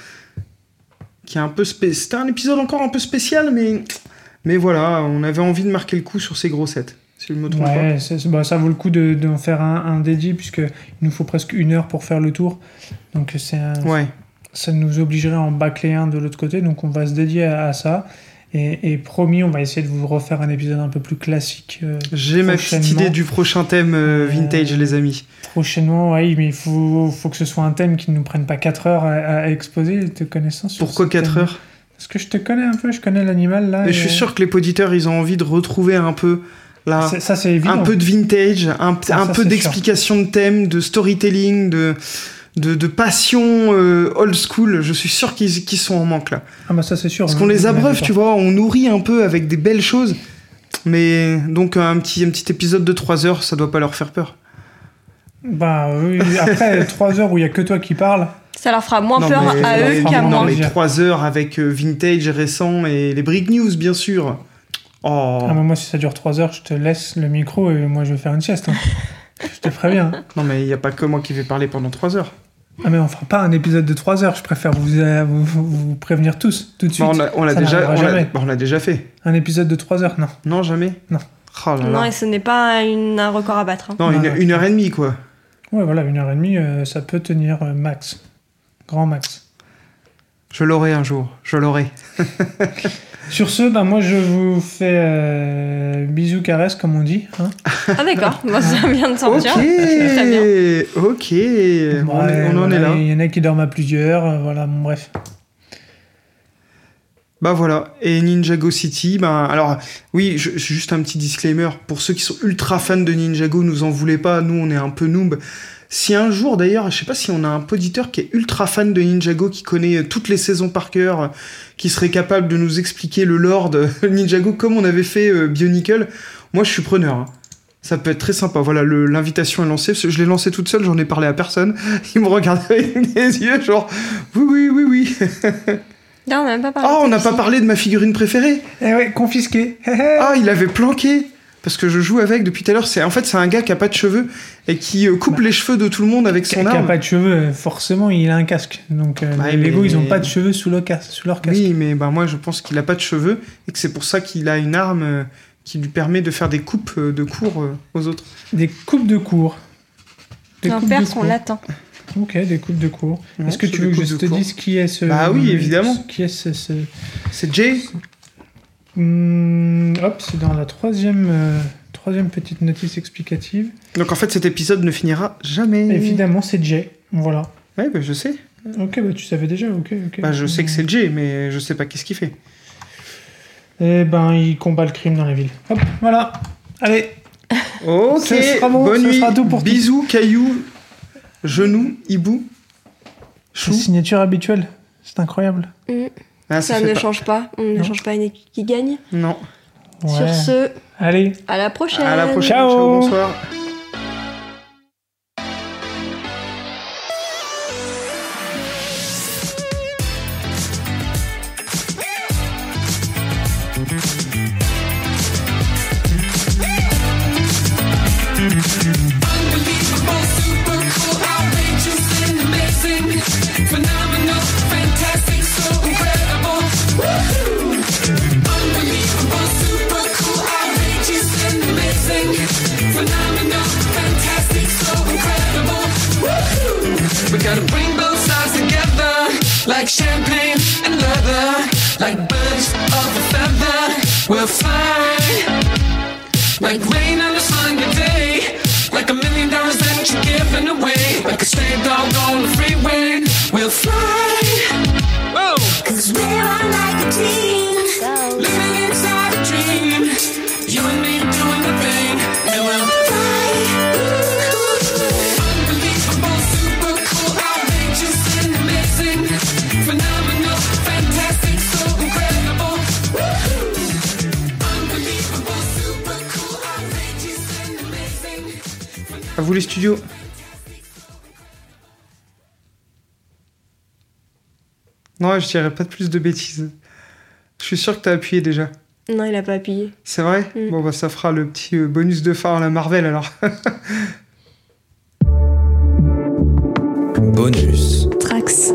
S5: qui est un peu spé- C'était un épisode encore un peu spécial, mais... Mais voilà, on avait envie de marquer le coup sur ces gros sets, si je me trompe pas.
S4: Ouais, c'est- c'est- bah, ça vaut le coup de- d'en faire un, un dédié, puisqu'il nous faut presque une heure pour faire le tour. Donc, c'est un-
S5: Ouais.
S4: ça nous obligerait à en bâcler un de l'autre côté. Donc, on va se dédier à, à ça. Et, et promis, on va essayer de vous refaire un épisode un peu plus classique euh,
S5: J'ai ma petite
S4: Prochainement.
S5: idée du prochain thème euh, vintage, les amis.
S4: prochainement. Oui, mais il faut, faut que ce soit un thème qui ne nous prenne pas 4 heures à, à exposer, te connaissant. sur
S5: Pourquoi
S4: ce thème.
S5: 4 heures
S4: Parce que je te connais un peu, je connais l'animal là.
S5: Mais
S4: et-
S5: je suis sûr que les poditeurs, ils ont envie de retrouver un peu la,
S4: C'est- Ça, c'est évident. Ah,
S5: un peu de vintage, un,
S4: Ça,
S5: un
S4: ça,
S5: peu
S4: c'est
S5: d'explication de thème, de storytelling, de, de, de passion euh, old school. Je suis sûr qu'ils qu'ils sont en manque là.
S4: Ah bah ça c'est sûr.
S5: Parce qu'on les abreuve, tu vois, on nourrit un peu avec des belles choses. Mais donc un petit, un petit épisode de 3 heures, ça doit pas leur faire peur.
S4: Bah oui, après 3 heures où il y a que toi qui parle,
S2: Ça leur fera moins
S5: Non,
S2: peur
S5: mais-
S2: à eux
S4: non,
S2: qu'à
S4: non,
S2: moi.
S5: Non, mais
S4: plaisir.
S5: 3 heures avec euh, vintage récent et les brick news, bien sûr. Oh.
S4: ah, bah, moi si ça dure 3 heures, je te laisse le micro et moi je vais faire une sieste. hein. je te préviens. hein.
S5: Non, mais il n'y a pas que moi qui vais parler pendant 3 heures.
S4: Ah mais on fera pas un épisode de 3 heures, je préfère vous, euh, vous, vous- vous prévenir tous tout de suite.
S5: Bah, on l'a- on l'a
S4: ça
S5: déjà,
S4: n'arrivera
S5: on l'a-
S4: jamais.
S5: bah, on l'a déjà fait.
S4: Un épisode de 3 heures, non.
S5: Non, jamais
S4: Non.
S5: Oh là là.
S2: Non, et ce n'est pas une- un record à battre. hein.
S5: Non, une,
S4: Non, non.
S5: une heure et demie, quoi.
S4: Ouais voilà, une heure et demie, euh, ça peut tenir euh, max. Grand max.
S5: Je l'aurai un jour. Je l'aurai.
S4: Sur ce, bah moi je vous fais euh, bisous caresses comme on dit. hein.
S2: Ah d'accord, Bon, ça vient de
S5: Ok.
S2: sortir. Très bien.
S5: Ok.
S4: Ouais,
S5: on, est- on en
S4: voilà,
S5: est là.
S4: Il y en a qui dorment à plusieurs, euh, voilà, bon, bref.
S5: Bah voilà, et Ninjago City, ben alors oui, je- je- juste un petit disclaimer, pour ceux qui sont ultra fans de Ninjago, nous en voulez pas, nous on est un peu noob. Si un jour d'ailleurs, je sais pas si on a un poditeur qui est ultra fan de Ninjago, qui connaît euh, toutes les saisons par cœur, euh, qui serait capable de nous expliquer le lore de Ninjago comme on avait fait euh, Bionicle, moi je suis preneur. hein. Ça peut être très sympa. Voilà, le- l'invitation est lancée. parce que Je l'ai lancée toute seule, j'en ai parlé à personne. Ils me regardent avec des yeux, genre, oui, oui, oui, oui.
S2: Non, on n'a même pas parlé.
S5: Ah,
S2: de
S5: on n'a
S2: celui-ci.
S5: pas parlé de ma figurine préférée.
S4: Eh ouais, confisqué. Eh, eh.
S5: Ah, il avait planqué parce que je joue avec depuis tout à l'heure. C'est en fait c'est un gars qui a pas de cheveux et qui euh, coupe les cheveux de tout le monde avec
S4: Bah. Qui
S5: son
S4: n'a
S5: arme.
S4: pas de cheveux, forcément il a un casque. Donc euh,
S5: hein. Ouais,
S4: les
S5: mais-
S4: Lego ils n'ont pas de cheveux sous leur, cas- sous leur casque.
S5: Oui, mais ben moi je pense qu'il a pas de cheveux et que c'est pour ça qu'il a une arme euh, qui lui permet de faire des coupes euh, de cours euh, aux autres.
S4: Des coupes de cours. Des
S2: C'est un
S4: coupes
S2: père
S4: de
S2: qu'on
S4: cours.
S2: l'attend.
S5: Ah,
S4: Ok, des coupes de cours.
S5: Ouais,
S4: Est-ce que
S5: c'est
S4: tu
S5: des
S4: veux que
S5: coupes
S4: je
S5: de
S4: te
S5: cours.
S4: dise qui est ce.
S5: Bah oui, évidemment.
S4: Qui est ce. ce-
S5: C'est Jay.
S4: Hmm, hop, c'est dans la troisième, euh, troisième petite notice explicative.
S5: Donc en fait cet épisode ne finira jamais.
S4: Évidemment, c'est Jay. Voilà.
S5: Ouais, ben, je sais.
S4: Ok, bah tu savais déjà, ok, ok.
S5: Bah, je sais que c'est Jay, mais je sais pas qu'est-ce qu'il fait.
S4: Eh ben, il combat le crime dans la ville. Hop, voilà. Allez,
S5: Ok.
S4: Ce sera bon,
S5: bonne
S4: ce
S5: nuit.
S4: sera tout pour tout.
S5: Bisous, cailloux, genoux, hibou,
S4: sa
S5: chou.
S4: signature habituelle. C'est incroyable.
S2: Mm.
S5: Ah,
S2: Ça,
S5: fait
S2: ne
S5: pas-
S2: change pas. On ne
S4: Non.
S2: change pas une équipe qui gagne.
S5: Non.
S4: Ouais.
S2: Sur ce,
S4: Allez.
S2: à la prochaine.
S5: À la prochaine.
S4: Ciao.
S5: Ciao bonsoir.
S1: Unbelievable, super cool, outrageous and amazing. Phenomenal, fantastic, so incredible. Woohoo! Unbelievable, super cool, outrageous and amazing. Phenomenal, fantastic, so incredible. Woohoo! We gotta bring both sides together. Like champagne and leather. Like birds of a feather. We'll fly. Like rain on a Sunday day. Like a million dollars that you're giving away. Like a stray dog on the freeway. We'll fly. Whoa! Cause we're on like a team. Living inside a dream. You and me doing the thing. And we'll fly. Ooh. Unbelievable, super cool, outrageous and amazing.
S5: À vous les studios. Non, je dirais pas de plus de bêtises. Je suis sûr que t'as appuyé déjà.
S2: Non, il a pas appuyé.
S5: C'est vrai
S2: Mm.
S5: Bon, bah, ça fera le petit euh, bonus de phare à la Marvel alors.
S6: Bonus.
S7: Trax.